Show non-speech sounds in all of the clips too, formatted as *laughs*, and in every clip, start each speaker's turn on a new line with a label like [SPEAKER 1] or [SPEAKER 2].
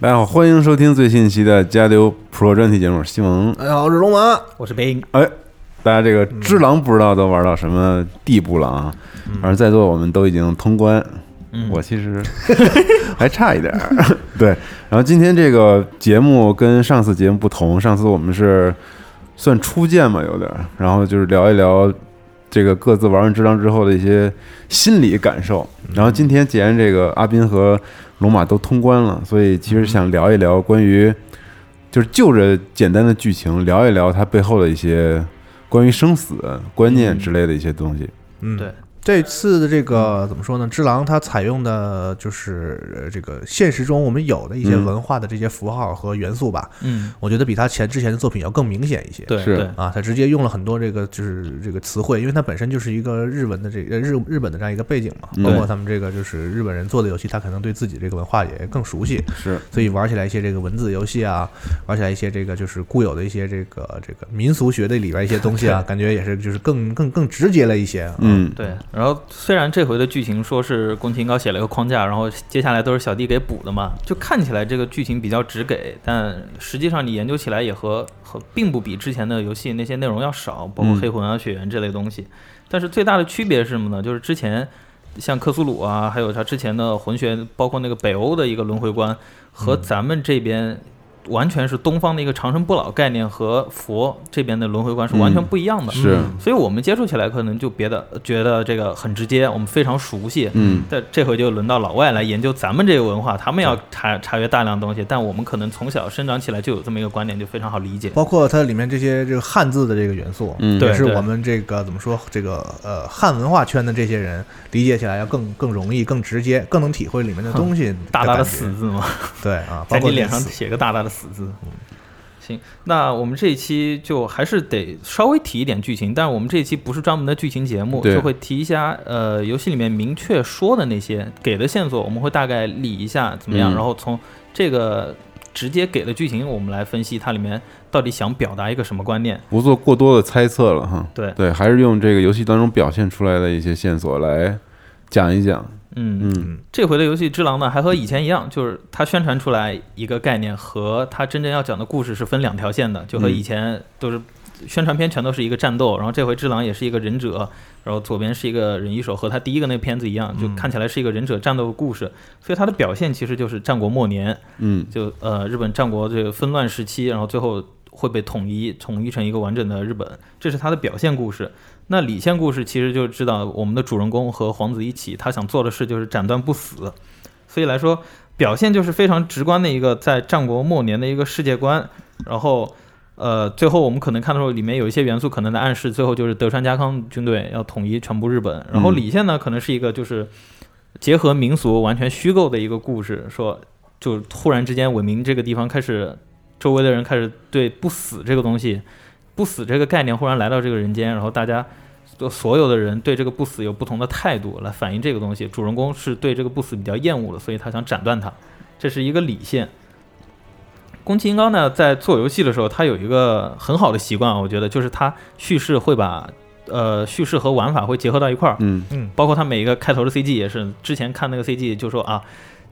[SPEAKER 1] 大家好，欢迎收听最新一期的《加流 Pro》专题节目，西蒙。
[SPEAKER 2] 大家哎好，我是龙马。
[SPEAKER 3] 我是北影，
[SPEAKER 1] 哎，大家这个只狼不知道都玩到什么地步了啊！而在座我们都已经通关，我其实还差一点儿。 *laughs* 对，然后今天这个节目跟上次节目不同，上次我们是算初见嘛，有点儿，然后就是聊一聊这个各自玩完《只狼》之后的一些心理感受。然后今天既然这个阿斌和龙马都通关了，所以其实想聊一聊关于。就是就着简单的剧情聊一聊它背后的一些关于生死观念之类的一些东西。
[SPEAKER 4] 嗯
[SPEAKER 3] 对，
[SPEAKER 2] 这次的这个怎么说呢？只狼它采用的就是呃这个现实中我们有的一些
[SPEAKER 1] 嗯
[SPEAKER 2] 文化的这些符号和元素吧，
[SPEAKER 3] 嗯，
[SPEAKER 2] 我觉得比它前之前的作品要更明显一些。
[SPEAKER 3] 对
[SPEAKER 1] 是
[SPEAKER 3] 对，
[SPEAKER 2] 啊，它直接用了很多这个就是这个词汇，因为它本身就是一个日文的这呃日日本的这样一个背景嘛，
[SPEAKER 1] 嗯
[SPEAKER 2] 包括他们这个就是日本人做的游戏，他可能对自己这个文化也更熟悉，
[SPEAKER 1] 是，
[SPEAKER 2] 所以玩起来一些这个文字游戏啊，玩起来一些这个就是固有的一些这个这个民俗学的里边一些东西啊，感觉也是就是更更更直接了一些啊。
[SPEAKER 1] 嗯，
[SPEAKER 3] 对，然后虽然这回的剧情说是宫崎英高写了一个框架，然后接下来都是小弟给补的嘛，就看起来这个剧情比较直给，但实际上你研究起来也和和并不比之前的游戏那些内容要少，包括
[SPEAKER 1] 嗯
[SPEAKER 3] 黑魂啊、血缘这类东西。但是最大的区别是什么呢？就是之前像克苏鲁啊，还有他之前的魂学，包括那个北欧的一个轮回观，和
[SPEAKER 1] 嗯
[SPEAKER 3] 咱们这边。完全是东方的一个长生不老概念和佛这边的轮回观是完全
[SPEAKER 1] 嗯
[SPEAKER 3] 不一样的，
[SPEAKER 1] 是，
[SPEAKER 3] 所以我们接触起来可能就别的觉得这个很直接，我们非常熟悉。
[SPEAKER 1] 嗯，
[SPEAKER 3] 但这回就轮到老外来研究咱们这个文化，他们要查查阅大量东西，但我们可能从小生长起来就有这么一个观点，就非常好理解。
[SPEAKER 2] 包括它里面这些这个汉字的这个元素，
[SPEAKER 1] 嗯
[SPEAKER 2] 也
[SPEAKER 3] 对
[SPEAKER 2] 是
[SPEAKER 3] 对
[SPEAKER 2] 我们这个怎么说这个呃汉文化圈的这些人理解起来要更更容易、更直接、更能体会里面的东西
[SPEAKER 3] 嗯大
[SPEAKER 2] 的
[SPEAKER 3] 大
[SPEAKER 2] 感
[SPEAKER 3] 的
[SPEAKER 2] 觉
[SPEAKER 3] “死”字嘛，
[SPEAKER 2] 对啊，
[SPEAKER 3] 在
[SPEAKER 2] 包括
[SPEAKER 3] 你脸上
[SPEAKER 2] 死
[SPEAKER 3] 写个大大的“死”字。行，那我们这一期就还是得稍微提一点剧情，但是我们这一期不是专门的剧情节目，
[SPEAKER 1] 对
[SPEAKER 3] 就会提一下呃游戏里面明确说的那些给的线索，我们会大概理一下怎么样，
[SPEAKER 1] 嗯
[SPEAKER 3] 然后从这个直接给的剧情，我们来分析它里面到底想表达一个什么观念。
[SPEAKER 1] 不做过多的猜测了哈。
[SPEAKER 3] 对
[SPEAKER 1] 对，还是用这个游戏当中表现出来的一些线索来讲一讲。
[SPEAKER 3] 嗯，
[SPEAKER 1] 嗯
[SPEAKER 3] 这回的游戏《之狼》呢，还和以前一样，就是它宣传出来一个概念和它真正要讲的故事是分两条线的，就和以前都是宣传片全都是一个战斗，然后这回《之狼》也是一个忍者，然后左边是一个忍一手，和他第一个那片子一样，就看起来是一个忍者战斗的故事，所以它的表现其实就是战国末年，
[SPEAKER 1] 嗯
[SPEAKER 3] 就呃日本战国这个纷乱时期，然后最后会被统一，统一成一个完整的日本，这是它的表现故事。那理线故事其实就知道我们的主人公和皇子一起，他想做的事就是斩断不死，所以来说表现就是非常直观的一个在战国末年的一个世界观，然后。呃，最后我们可能看到里面有一些元素可能在暗示，最后就是德川家康军队要统一全部日本。然后
[SPEAKER 1] 嗯
[SPEAKER 3] 理线呢，可能是一个就是结合民俗完全虚构的一个故事，说就突然之间伟明这个地方开始，周围的人开始对不死这个东西，不死这个概念忽然来到这个人间，然后大家就所有的人对这个不死有不同的态度来反映这个东西。主人公是对这个不死比较厌恶的，所以他想斩断它，这是一个理线。宫崎英高呢，在做游戏的时候，他有一个很好的习惯啊，我觉得就是他叙事会把呃叙事和玩法会结合到一块儿。
[SPEAKER 1] 嗯
[SPEAKER 3] 包括他每一个开头的 CG 也是，之前看那个 CG 就说啊，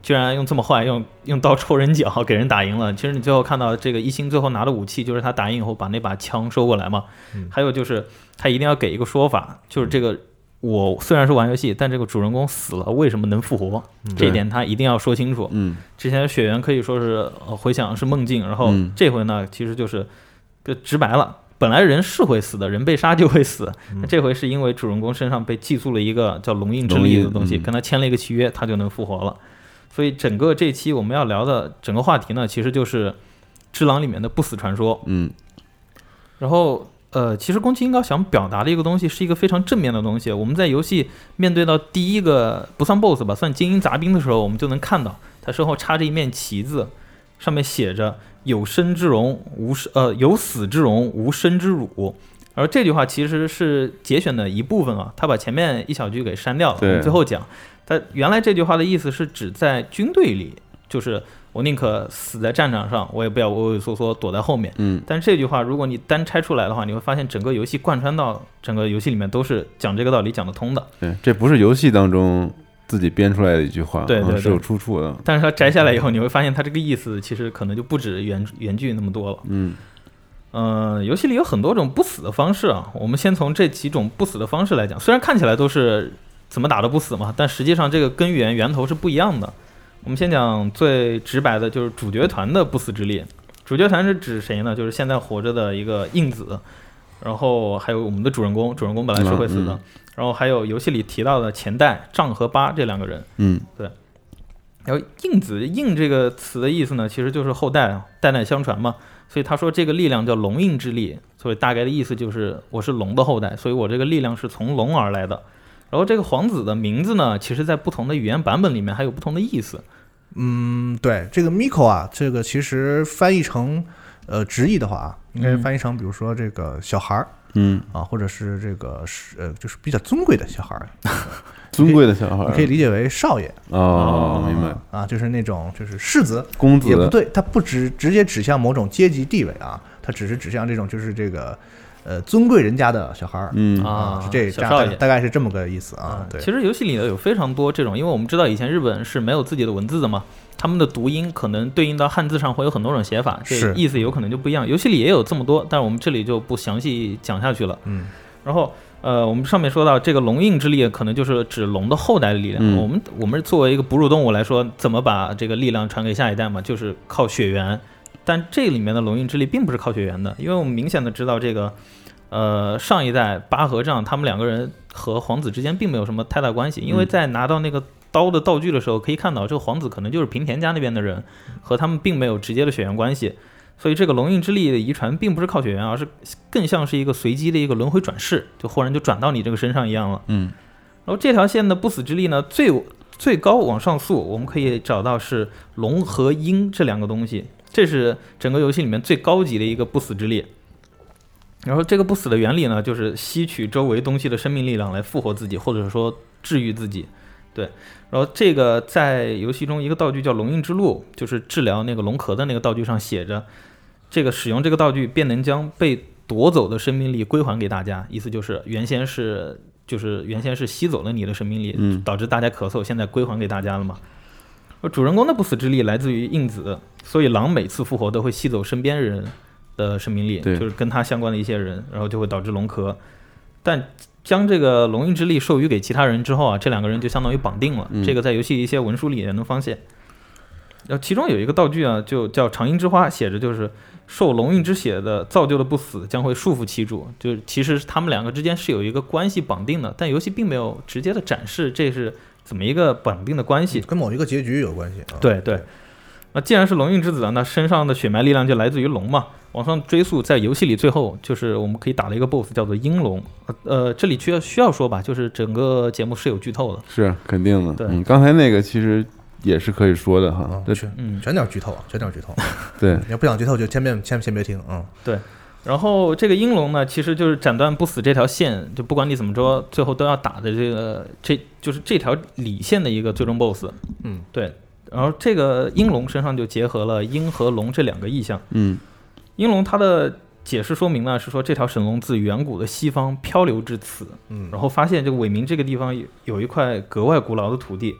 [SPEAKER 3] 居然用这么坏，用用刀抽人脚给人打赢了。其实你最后看到这个一星最后拿的武器就是他打赢以后把那把枪收过来嘛。还有就是他一定要给一个说法，就是这个。我虽然是玩游戏，但这个主人公死了为什么能复活？这一点他一定要说清楚。
[SPEAKER 1] 嗯
[SPEAKER 3] 之前血缘可以说是呃回想是梦境，然后
[SPEAKER 1] 嗯
[SPEAKER 3] 这回呢，其实就是就直白了。本来人是会死的，人被杀就会死。
[SPEAKER 2] 嗯
[SPEAKER 3] 那这回是因为主人公身上被寄宿了一个叫龙印之
[SPEAKER 1] 龙
[SPEAKER 3] 力
[SPEAKER 1] 印
[SPEAKER 3] 的东西，
[SPEAKER 1] 嗯
[SPEAKER 3] 跟他签了一个契约，他就能复活了。所以整个这期我们要聊的整个话题呢，其实就是《只狼》里面的不死传说。
[SPEAKER 1] 嗯
[SPEAKER 3] 然后呃，其实宫崎英高想表达的一个东西是一个非常正面的东西。我们在游戏面对到第一个不算 BOSS 吧，算精英杂兵的时候，我们就能看到他身后插着一面旗子，上面写着“有生之荣，无生呃有死之荣，无生之辱”。而这句话其实是节选的一部分啊，他把前面一小句给删掉了，
[SPEAKER 1] 对
[SPEAKER 3] 我们最后讲。他原来这句话的意思是指在军队里，就是我宁可死在战场上，我也不要畏畏缩缩躲在后面。
[SPEAKER 1] 嗯
[SPEAKER 3] 但这句话如果你单拆出来的话，你会发现整个游戏贯穿到整个游戏里面都是讲这个道理讲得通的。
[SPEAKER 1] 对，这不是游戏当中自己编出来的一句话，
[SPEAKER 3] 对
[SPEAKER 1] 嗯
[SPEAKER 3] 对对
[SPEAKER 1] 是有出处的。
[SPEAKER 3] 但是它摘下来以后，你会发现它这个意思其实可能就不止原原句那么多了。
[SPEAKER 1] 嗯
[SPEAKER 3] 嗯，游戏里有很多种不死的方式啊，我们先从这几种不死的方式来讲。虽然看起来都是怎么打都不死嘛，但实际上这个根源源头是不一样的。我们先讲最直白的，就是主角团的不死之力。主角团是指谁呢？就是现在活着的一个印子，然后还有我们的主人公，主人公本来是会死
[SPEAKER 1] 嗯
[SPEAKER 3] 的，
[SPEAKER 1] 嗯
[SPEAKER 3] 然后还有游戏里提到的前代丈和八这两个人。
[SPEAKER 1] 嗯
[SPEAKER 3] 然后“印子”“印”这个词的意思呢，其实就是后代啊，代代相传嘛。所以他说这个力量叫龙印之力，所以大概的意思就是我是龙的后代，所以我这个力量是从龙而来的。然后这个皇子的名字呢，其实在不同的语言版本里面还有不同的意思。
[SPEAKER 2] 嗯，对，这个 Miko 啊，这个其实翻译成呃直译的话啊，应该
[SPEAKER 3] 嗯
[SPEAKER 2] 翻译成比如说这个小孩儿
[SPEAKER 1] 嗯，
[SPEAKER 2] 啊，或者是这个是呃就是比较尊贵的小孩儿，
[SPEAKER 1] 尊贵的小孩
[SPEAKER 2] 你可以
[SPEAKER 1] 儿
[SPEAKER 2] 理解为少爷
[SPEAKER 1] 哎哦，明白，
[SPEAKER 2] 啊，就是那种就是世子，
[SPEAKER 1] 公子
[SPEAKER 2] 也不对，它不直直接指向某种阶级地位啊，它只是指向这种就是这个呃尊贵人家的小孩儿
[SPEAKER 1] 嗯
[SPEAKER 3] 啊
[SPEAKER 2] 是这这
[SPEAKER 3] 小
[SPEAKER 2] 样
[SPEAKER 3] 少
[SPEAKER 2] 大
[SPEAKER 3] 爷
[SPEAKER 2] 概大概是这么个意思啊，对，
[SPEAKER 3] 其实游戏里呢有非常多这种，因为我们知道以前日本是没有自己的文字的嘛，他们的读音可能对应到汉字上会有很多种写法，这
[SPEAKER 2] 是
[SPEAKER 3] 意思有可能就不一样。游戏里也有这么多，但是我们这里就不详细讲下去了。
[SPEAKER 2] 嗯
[SPEAKER 3] 然后，呃，我们上面说到这个龙印之力，可能就是指龙的后代的力量。
[SPEAKER 1] 嗯
[SPEAKER 3] 我们我们作为一个哺乳动物来说，怎么把这个力量传给下一代嘛，就是靠血缘。但这里面的龙印之力并不是靠血缘的，因为我们明显的知道这个，呃，上一代八和丈他们两个人和皇子之间并没有什么太大关系，因为
[SPEAKER 1] 嗯
[SPEAKER 3] 在拿到那个刀的道具的时候，可以看到这个皇子可能就是平田家那边的人，和他们并没有直接的血缘关系。所以这个龙印之力的遗传并不是靠血缘，而是更像是一个随机的一个轮回转世，就忽然就转到你这个身上一样了。
[SPEAKER 1] 嗯
[SPEAKER 3] 然后这条线的不死之力呢，最最高往上溯，我们可以找到是龙和鹰这两个东西，这是整个游戏里面最高级的一个不死之力。然后这个不死的原理呢，就是吸取周围东西的生命力量来复活自己，或者说治愈自己。对，然后这个在游戏中一个道具叫龙印之路，就是治疗那个龙壳的那个道具上写着，这个使用这个道具便能将被夺走的生命力归还给大家，意思就是原先是就是原先是吸走了你的生命力，
[SPEAKER 1] 嗯
[SPEAKER 3] 导致大家咳嗽，现在归还给大家了嘛。而主人公的不死之力来自于印子，所以狼每次复活都会吸走身边人的生命力，
[SPEAKER 1] 对
[SPEAKER 3] 就是跟他相关的一些人，然后就会导致龙壳。但将这个龙印之力授予给其他人之后啊，这两个人就相当于绑定了。
[SPEAKER 1] 嗯
[SPEAKER 3] 这个在游戏一些文书里也能发现。然后其中有一个道具啊，就叫长鹰之花，写着就是受龙印之血的造就的不死将会束缚其主，就是其实他们两个之间是有一个关系绑定的，但游戏并没有直接的展示这是怎么一个绑定的关系。
[SPEAKER 2] 跟某一个结局有关系啊，
[SPEAKER 3] 对对。那既然是龙印之子，那身上的血脉力量就来自于龙嘛。往上追溯，在游戏里最后就是我们可以打了一个 BOSS，叫做鹰龙。呃呃，这里需要需要说吧，就是整个节目是有剧透的。
[SPEAKER 1] 是肯定的。
[SPEAKER 3] 对
[SPEAKER 1] 嗯，刚才那个其实也是可以说的哈
[SPEAKER 2] 啊，，
[SPEAKER 1] 这
[SPEAKER 2] 全
[SPEAKER 3] 嗯，
[SPEAKER 2] 全点剧透啊，全点剧透，
[SPEAKER 1] 对
[SPEAKER 2] 你要不想剧透就先别先先别听
[SPEAKER 3] 嗯
[SPEAKER 2] 啊，
[SPEAKER 3] 然后这个鹰龙呢，其实就是斩断不死这条线，就不管你怎么说，最后都要打的这个，这就是这条里线的一个最终 BOSS。
[SPEAKER 2] 嗯，
[SPEAKER 3] 对。然后这个鹰龙身上就结合了鹰和龙这两个意象。
[SPEAKER 2] *laughs*
[SPEAKER 1] 嗯
[SPEAKER 3] 鹰龙它的解释说明呢，是说这条神龙自远古的西方漂流至此，
[SPEAKER 2] 嗯
[SPEAKER 3] 然后发现这个伟明这个地方有有一块格外古老的土地，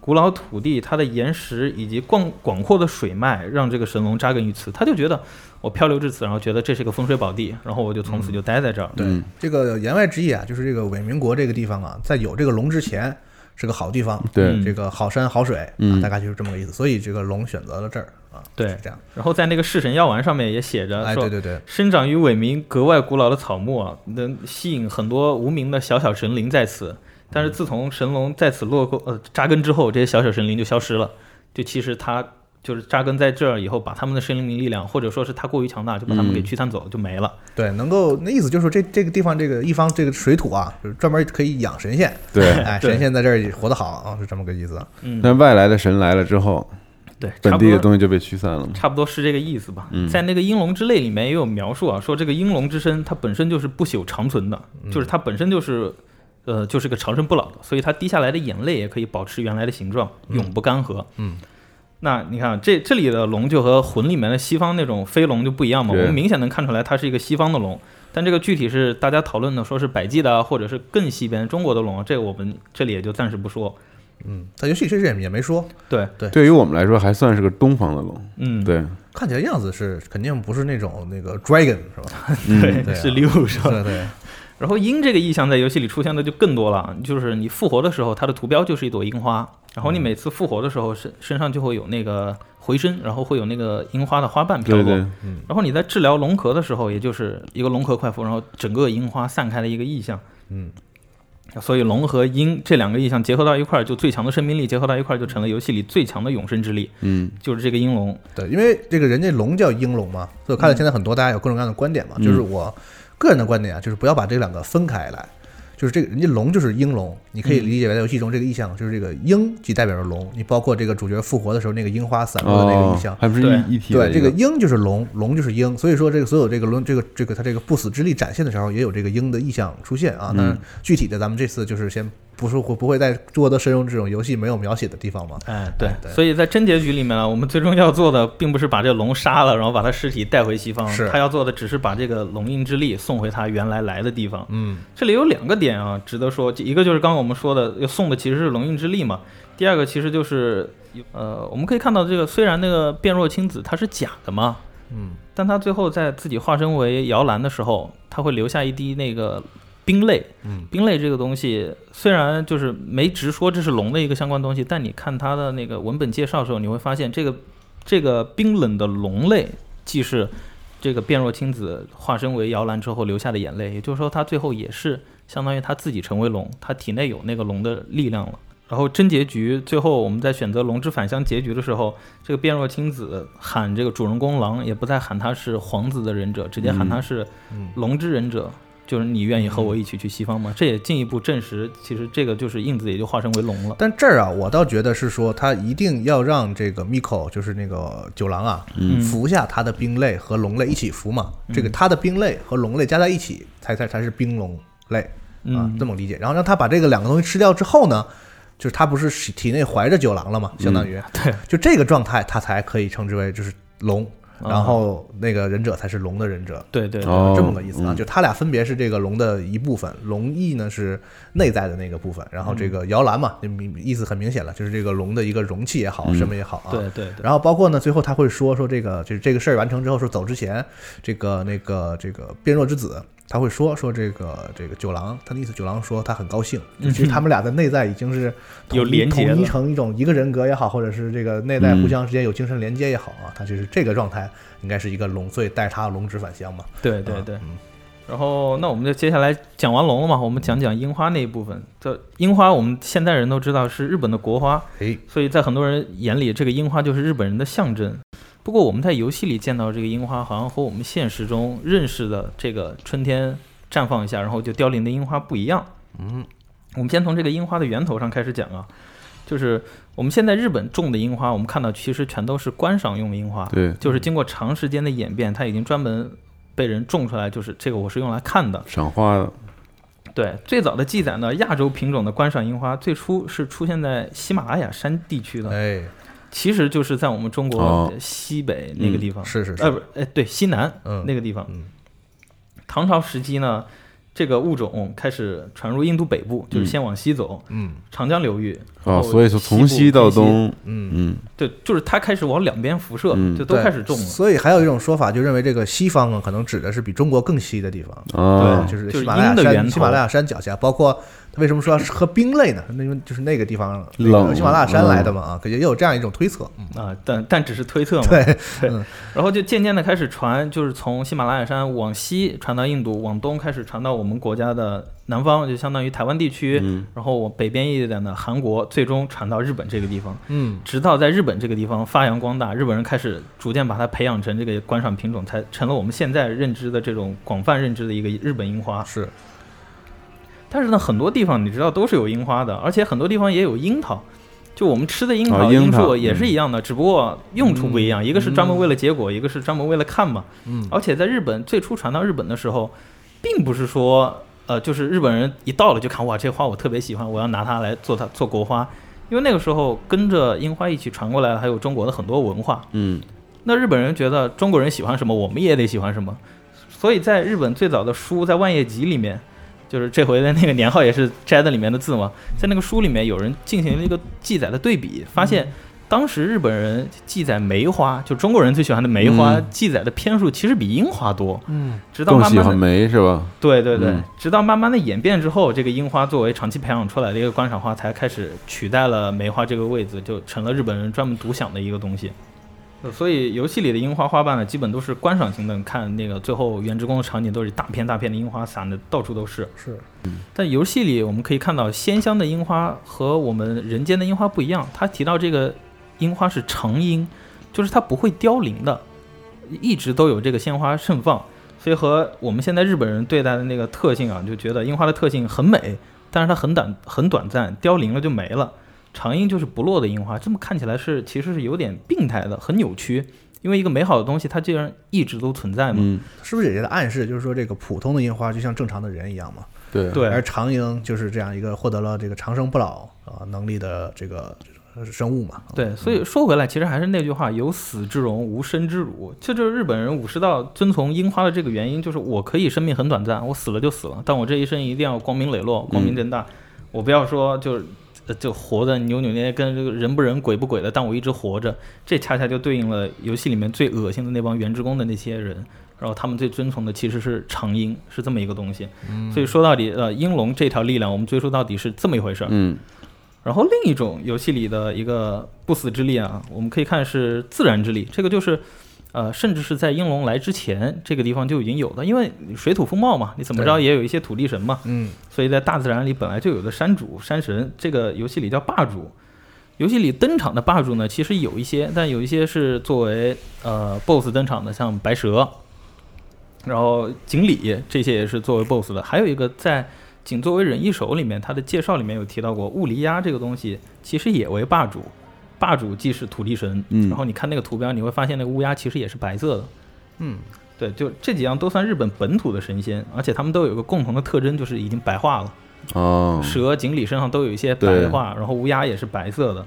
[SPEAKER 3] 古老土地、它的岩石以及广广阔的水脉，让这个神龙扎根于此。他就觉得我漂流至此，然后觉得这是一个风水宝地，然后我就从此就待在这儿。
[SPEAKER 2] 对，
[SPEAKER 1] 嗯
[SPEAKER 2] 这个言外之意啊，就是这个伪民国这个地方啊，在有这个龙之前是个好地方，
[SPEAKER 1] 对
[SPEAKER 3] 嗯
[SPEAKER 2] 这个好山好水，
[SPEAKER 1] 嗯
[SPEAKER 2] 啊，大概就是这么个意思。所以这个龙选择了这儿啊，
[SPEAKER 3] 对
[SPEAKER 2] 是这样。
[SPEAKER 3] 然后在那个弑神药丸上面也写着
[SPEAKER 2] 哎，
[SPEAKER 3] 说
[SPEAKER 2] 对，对对，
[SPEAKER 3] 生长于伟民格外古老的草木啊，能吸引很多无名的小小神灵在此。但是自从神龙在此落过呃扎根之后，这些小小神灵就消失了。就其实它就是扎根在这儿以后，把他们的生命力量，或者说是它过于强大，就把他
[SPEAKER 1] 嗯
[SPEAKER 3] 们给驱散走，就没了。
[SPEAKER 2] 对，能够那意思就是说这这个地方这个一方这个水土啊，就是专门可以养神仙，
[SPEAKER 1] 对。
[SPEAKER 2] 哎，
[SPEAKER 3] 对
[SPEAKER 2] 神仙在这儿也活得好啊，是这么个意思。
[SPEAKER 3] 嗯，
[SPEAKER 1] 但外来的神来了之后，
[SPEAKER 3] 对，差
[SPEAKER 1] 本
[SPEAKER 3] 不
[SPEAKER 1] 地的
[SPEAKER 3] 多
[SPEAKER 1] 东西就被驱散了嘛。
[SPEAKER 3] 差不多是这个意思吧。在那个《英龙之泪》里面也有描述啊，说这个英龙之身它本身就是不朽长存的，就是它本身就是。呃，就是个长生不老的，所以它滴下来的眼泪也可以保持原来的形状，永不干涸。
[SPEAKER 2] 嗯，
[SPEAKER 3] 那你看这这里的龙就和魂里面的西方那种飞龙就不一样嘛，我
[SPEAKER 1] 对
[SPEAKER 3] 们明显能看出来它是一个西方的龙，但这个具体是大家讨论的，说是百济的啊，或者是更西边中国的龙啊，这个我们这里也就暂时不说。
[SPEAKER 2] 嗯，他游戏确实也也没说，
[SPEAKER 3] 对，
[SPEAKER 1] 对于我们来说，还算是个东方的龙。
[SPEAKER 3] 嗯，
[SPEAKER 1] 对，
[SPEAKER 2] 看起来样子是肯定不是那种那个 dragon 是
[SPEAKER 3] *laughs*
[SPEAKER 2] 吧？
[SPEAKER 3] 对，
[SPEAKER 2] 对啊
[SPEAKER 3] 是六是吧？
[SPEAKER 2] 对对，
[SPEAKER 3] 然后鹰这个意象在游戏里出现的就更多了，就是你复活的时候，它的图标就是一朵樱花，然后你每次复活的时候身身上就会有那个回声，然后会有那个樱花的花瓣飘
[SPEAKER 1] 对
[SPEAKER 3] 过。
[SPEAKER 1] 对，
[SPEAKER 3] 然后你在治疗龙壳的时候，也就是一个龙壳快复，然后整个樱花散开的一个意象。
[SPEAKER 2] 嗯，
[SPEAKER 3] 所以龙和鹰这两个意象结合到一块儿，就最强的生命力结合到一块儿，就成了游戏里最强的永生之力，
[SPEAKER 1] 嗯，
[SPEAKER 3] 就是这个鹰龙。
[SPEAKER 2] 对，因为这个人家龙叫鹰龙嘛，所以我看了现在很多大家有各种各样的观点嘛，就是我个人的观点啊，就是不要把这两个分开来，就是这个人家龙就是鹰龙，你可以理解为在游戏中这个意象就是这个鹰即代表着龙，你包括这个主角复活的时候那个樱花散落的那个
[SPEAKER 1] 哦
[SPEAKER 2] 意象，，
[SPEAKER 1] 还不是
[SPEAKER 3] 对
[SPEAKER 1] 一一体的
[SPEAKER 2] 对，
[SPEAKER 1] 一
[SPEAKER 2] 这个鹰就是龙，龙就是鹰，所以说这个所有这个龙，这个这个它这个不死之力展现的时候，也有这个鹰的意象出现啊。但是具体的，咱们这次就是先不说不不会再多的深入这种游戏没有描写的地方嘛。
[SPEAKER 3] 哎，对
[SPEAKER 2] 哎，对
[SPEAKER 3] 所以在真结局里面呢，我们最终要做的并不是把这个龙杀了，然后把它尸体带回西方，
[SPEAKER 2] 是
[SPEAKER 3] 他要做的只是把这个龙印之力送回他原来来的地方。
[SPEAKER 2] 嗯，
[SPEAKER 3] 这里有两个点啊，值得说，一个就是刚刚我们说的要送的其实是龙印之力嘛，第二个其实就是呃，我们可以看到这个虽然那个变弱青子它是假的嘛，
[SPEAKER 2] 嗯，
[SPEAKER 3] 但他最后在自己化身为摇篮的时候，他会留下一滴那个冰泪。
[SPEAKER 2] 嗯，
[SPEAKER 3] 冰泪这个东西虽然就是没直说这是龙的一个相关东西，但你看它的那个文本介绍的时候，你会发现这个这个冰冷的龙泪，既是这个变弱青子化身为摇篮之后留下的眼泪，也就是说，他最后也是相当于他自己成为龙，他体内有那个龙的力量了。然后真结局最后，我们在选择龙之返乡结局的时候，这个变弱青子喊这个主人公狼，也不再喊他是皇子的忍者，直接喊他是
[SPEAKER 2] 嗯
[SPEAKER 3] 龙之忍者。就是你愿意和我一起去西方吗？这也进一步证实，其实这个就是印子也就化身为龙了。
[SPEAKER 2] 但这儿啊，我倒觉得是说他一定要让这个 Miko 就是那个九郎啊，
[SPEAKER 3] 嗯
[SPEAKER 2] 服下他的冰泪和龙泪一起服嘛。这个他的冰泪和龙泪加在一起，才才才是冰龙泪。啊，
[SPEAKER 3] 嗯
[SPEAKER 2] 这么理解。然后让他把这个两个东西吃掉之后呢，就是他不是体内怀着九郎了嘛，相当于、
[SPEAKER 3] 嗯 *laughs* 对，
[SPEAKER 2] 就这个状态，他才可以称之为就是龙，
[SPEAKER 3] 啊
[SPEAKER 2] 然后那个忍者才是龙的忍者，
[SPEAKER 3] 对对对，
[SPEAKER 1] 哦，
[SPEAKER 2] 这么个意思啊。
[SPEAKER 1] 嗯
[SPEAKER 2] 就他俩分别是这个龙的一部分，龙翼呢是内在的那个部分，然
[SPEAKER 3] 嗯
[SPEAKER 2] 后这个摇篮嘛，就明意思很明显了，就是这个龙的一个容器也好，什么也好啊。
[SPEAKER 3] 嗯对对对，
[SPEAKER 2] 然后包括呢，最后他会说说这个，就是这个事儿完成之后，说走之前，这个那个这个变弱之子，他会说说这个这个九郎，他的意思九郎说他很高
[SPEAKER 3] *laughs*
[SPEAKER 2] 兴，就其实他们俩的内在已经是统一
[SPEAKER 3] 有连结了嗯
[SPEAKER 2] 统一成一种一个人格也好，或者是这个内在互相之间有精神连接也好啊，他就是这个状态，应该是一个龙，所以带他龙之返乡嘛。
[SPEAKER 3] 对对对
[SPEAKER 2] 嗯。
[SPEAKER 3] 然后，那我们就接下来讲完龙了嘛，我们讲讲樱花那一部分。这樱花，我们现代人都知道是日本的国花，
[SPEAKER 2] 哎，
[SPEAKER 3] 所以在很多人眼里，这个樱花就是日本人的象征。不过，我们在游戏里见到这个樱花，好像和我们现实中认识的这个春天绽放一下，然后就凋零的樱花不一样。
[SPEAKER 2] 嗯，
[SPEAKER 3] 我们先从这个樱花的源头上开始讲啊，就是我们现在日本种的樱花，我们看到其实全都是观赏用的樱花。
[SPEAKER 1] 对
[SPEAKER 3] 就是经过长时间的演变，它已经专门被人种出来，就是这个我是用来看的。
[SPEAKER 1] 赏花啊的，
[SPEAKER 3] 对，最早的记载呢，亚洲品种的观赏樱花最初是出现在喜马拉雅山地区的，
[SPEAKER 2] 哎，
[SPEAKER 3] 其实就是在我们中国
[SPEAKER 1] 哦
[SPEAKER 3] 西北那个地方，
[SPEAKER 2] 是是
[SPEAKER 3] 呃
[SPEAKER 2] 是，
[SPEAKER 3] 不，哎对，西南
[SPEAKER 2] 嗯
[SPEAKER 3] 那个地方
[SPEAKER 2] 嗯。
[SPEAKER 3] 唐朝时期呢，这个物种开始传入印度北部，就是先往西走，
[SPEAKER 2] 嗯
[SPEAKER 3] 长江流域。然
[SPEAKER 1] 哦，
[SPEAKER 3] 后
[SPEAKER 1] 所以说从
[SPEAKER 3] 部
[SPEAKER 1] 西到
[SPEAKER 3] 偏西，
[SPEAKER 1] 东，
[SPEAKER 2] 嗯，
[SPEAKER 1] 嗯，
[SPEAKER 3] 对，就是它开始往两边辐射，
[SPEAKER 1] 嗯
[SPEAKER 3] 就都
[SPEAKER 2] 对
[SPEAKER 3] 开始种了。
[SPEAKER 2] 所以还有一种说法，就认为这个西方啊，可能指的是比中国更西的地方，
[SPEAKER 1] 哦
[SPEAKER 2] 对，就是
[SPEAKER 3] 就是
[SPEAKER 2] 喜马拉雅
[SPEAKER 3] 鹰的源
[SPEAKER 2] 山、
[SPEAKER 3] 头
[SPEAKER 2] 喜马拉雅山脚下，包括他为什么说要喝冰类呢？那因为就是那个地方那
[SPEAKER 1] 冷
[SPEAKER 2] 个喜马拉雅山来的嘛啊，也有这样一种推测。嗯
[SPEAKER 3] 啊、但但只是推测嘛。
[SPEAKER 2] 对，
[SPEAKER 3] 然后就渐渐的开始传，就是从喜马拉雅山往西传到印度，往东开始传到我们国家的南方，就相当于台湾地区。
[SPEAKER 1] 嗯
[SPEAKER 3] 然后往北边一点的韩国，最终传到日本这个地方，
[SPEAKER 2] 嗯，
[SPEAKER 3] 直到在日本这个地方发扬光大，日本人开始逐渐把它培养成这个观赏品种，才成了我们现在认知的这种广泛认知的一个日本樱花。
[SPEAKER 2] 是
[SPEAKER 3] 但是呢，很多地方你知道都是有樱花的，而且很多地方也有樱桃。就我们吃的樱桃、
[SPEAKER 1] 啊樱
[SPEAKER 3] 樱
[SPEAKER 1] 桃
[SPEAKER 3] 树也是一样的，只不过用处不一样，一个是专门为了结果，一个是专门为了看嘛。
[SPEAKER 2] 嗯，
[SPEAKER 3] 而且在日本最初传到日本的时候，并不是说呃，就是日本人一到了就看哇，这花我特别喜欢，我要拿它来做它做国花。因为那个时候跟着樱花一起传过来，还有中国的很多文化，
[SPEAKER 1] 嗯，
[SPEAKER 3] 那日本人觉得中国人喜欢什么，我们也得喜欢什么，所以在日本最早的书在《万叶集》里面，就是这回的那个年号也是摘的里面的字嘛，在那个书里面有人进行了一个记载的对比，发现当时日本人记载梅花，就中国人最喜欢的梅花
[SPEAKER 1] 嗯，
[SPEAKER 3] 记载的篇数其实比樱花多，
[SPEAKER 2] 嗯
[SPEAKER 3] 直到
[SPEAKER 1] 更
[SPEAKER 3] 慢
[SPEAKER 1] 喜
[SPEAKER 3] 慢
[SPEAKER 1] 欢
[SPEAKER 3] 的
[SPEAKER 1] 梅是吧？
[SPEAKER 3] 对对对
[SPEAKER 1] 嗯，
[SPEAKER 3] 直到慢慢的演变之后，这个樱花作为长期培养出来的一个观赏花，才开始取代了梅花这个位置，就成了日本人专门独享的一个东西。呃所以游戏里的樱花花瓣呢，基本都是观赏型的。你看那个最后原职工的场景，都是一大片大片的樱花散的到处都是。
[SPEAKER 2] 是，
[SPEAKER 3] 但游戏里我们可以看到，仙乡的樱花和我们人间的樱花不一样。他提到这个樱花是成樱，就是它不会凋零的，一直都有这个鲜花盛放。所以和我们现在日本人对待的那个特性啊，就觉得樱花的特性很美，但是它很短很短暂，凋零了就没了。长樱就是不落的樱花，这么看起来是其实是有点病态的，很扭曲。因为一个美好的东西，它竟然一直都存在嘛。
[SPEAKER 1] 嗯，
[SPEAKER 2] 是不是也在暗示，就是说这个普通的樱花就像正常的人一样嘛？
[SPEAKER 1] 对
[SPEAKER 3] 对，
[SPEAKER 2] 而长樱就是这样一个获得了这个长生不老啊能力的这个呃生物嘛。啊，
[SPEAKER 3] 对，所以说回来，其实还是那句话，有死之荣，无生之辱。这就是日本人武士道遵从樱花的这个原因，就是我可以生命很短暂，我死了就死了，但我这一生一定要光明磊落、光明正大。我不要说就是呃就活的扭扭捏捏，跟这个人不人鬼不鬼的，但我一直活着。这恰恰就对应了游戏里面最恶心的那帮原职工的那些人。然后他们最遵从的其实是长音，是这么一个东西。所以说到底，呃，英龙这条力量，我们追溯到底是这么一回事儿。
[SPEAKER 1] 嗯
[SPEAKER 3] 然后另一种游戏里的一个不死之力啊，我们可以看是自然之力，这个就是，呃，甚至是在英龙来之前，这个地方就已经有的，因为水土风貌嘛，你怎么着
[SPEAKER 2] 对
[SPEAKER 3] 也有一些土地神嘛，
[SPEAKER 2] 嗯，
[SPEAKER 3] 所以在大自然里本来就有的山主、山神，这个游戏里叫霸主。游戏里登场的霸主呢，其实有一些，但有一些是作为呃 BOSS 登场的，像白蛇，然后锦鲤这些也是作为 BOSS 的。还有一个在《仅作为忍一手》里面，它的介绍里面有提到过，雾狸鸭这个东西其实也为霸主，霸主既是土地神，
[SPEAKER 1] 嗯
[SPEAKER 3] 然后你看那个图标，你会发现那个乌鸦其实也是白色的。
[SPEAKER 2] 嗯，
[SPEAKER 3] 对，就这几样都算日本本土的神仙，而且他们都有一个共同的特征，就是已经白化了。
[SPEAKER 1] 哦，
[SPEAKER 3] 蛇、锦鲤身上都有一些白
[SPEAKER 1] 对
[SPEAKER 3] 化，然后乌鸦也是白色的，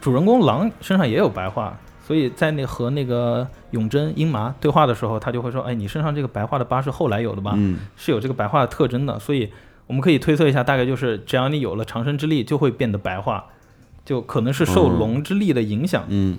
[SPEAKER 3] 主人公狼身上也有白化，所以在那和那个永贞英麻对话的时候，他就会说：“哎，你身上这个白化的疤是后来有的吧？
[SPEAKER 1] 嗯
[SPEAKER 3] 是有这个白化的特征的。”所以我们可以推测一下，大概就是只要你有了长生之力，就会变得白化，就可能是受
[SPEAKER 1] 嗯
[SPEAKER 3] 龙之力的影响。
[SPEAKER 1] 嗯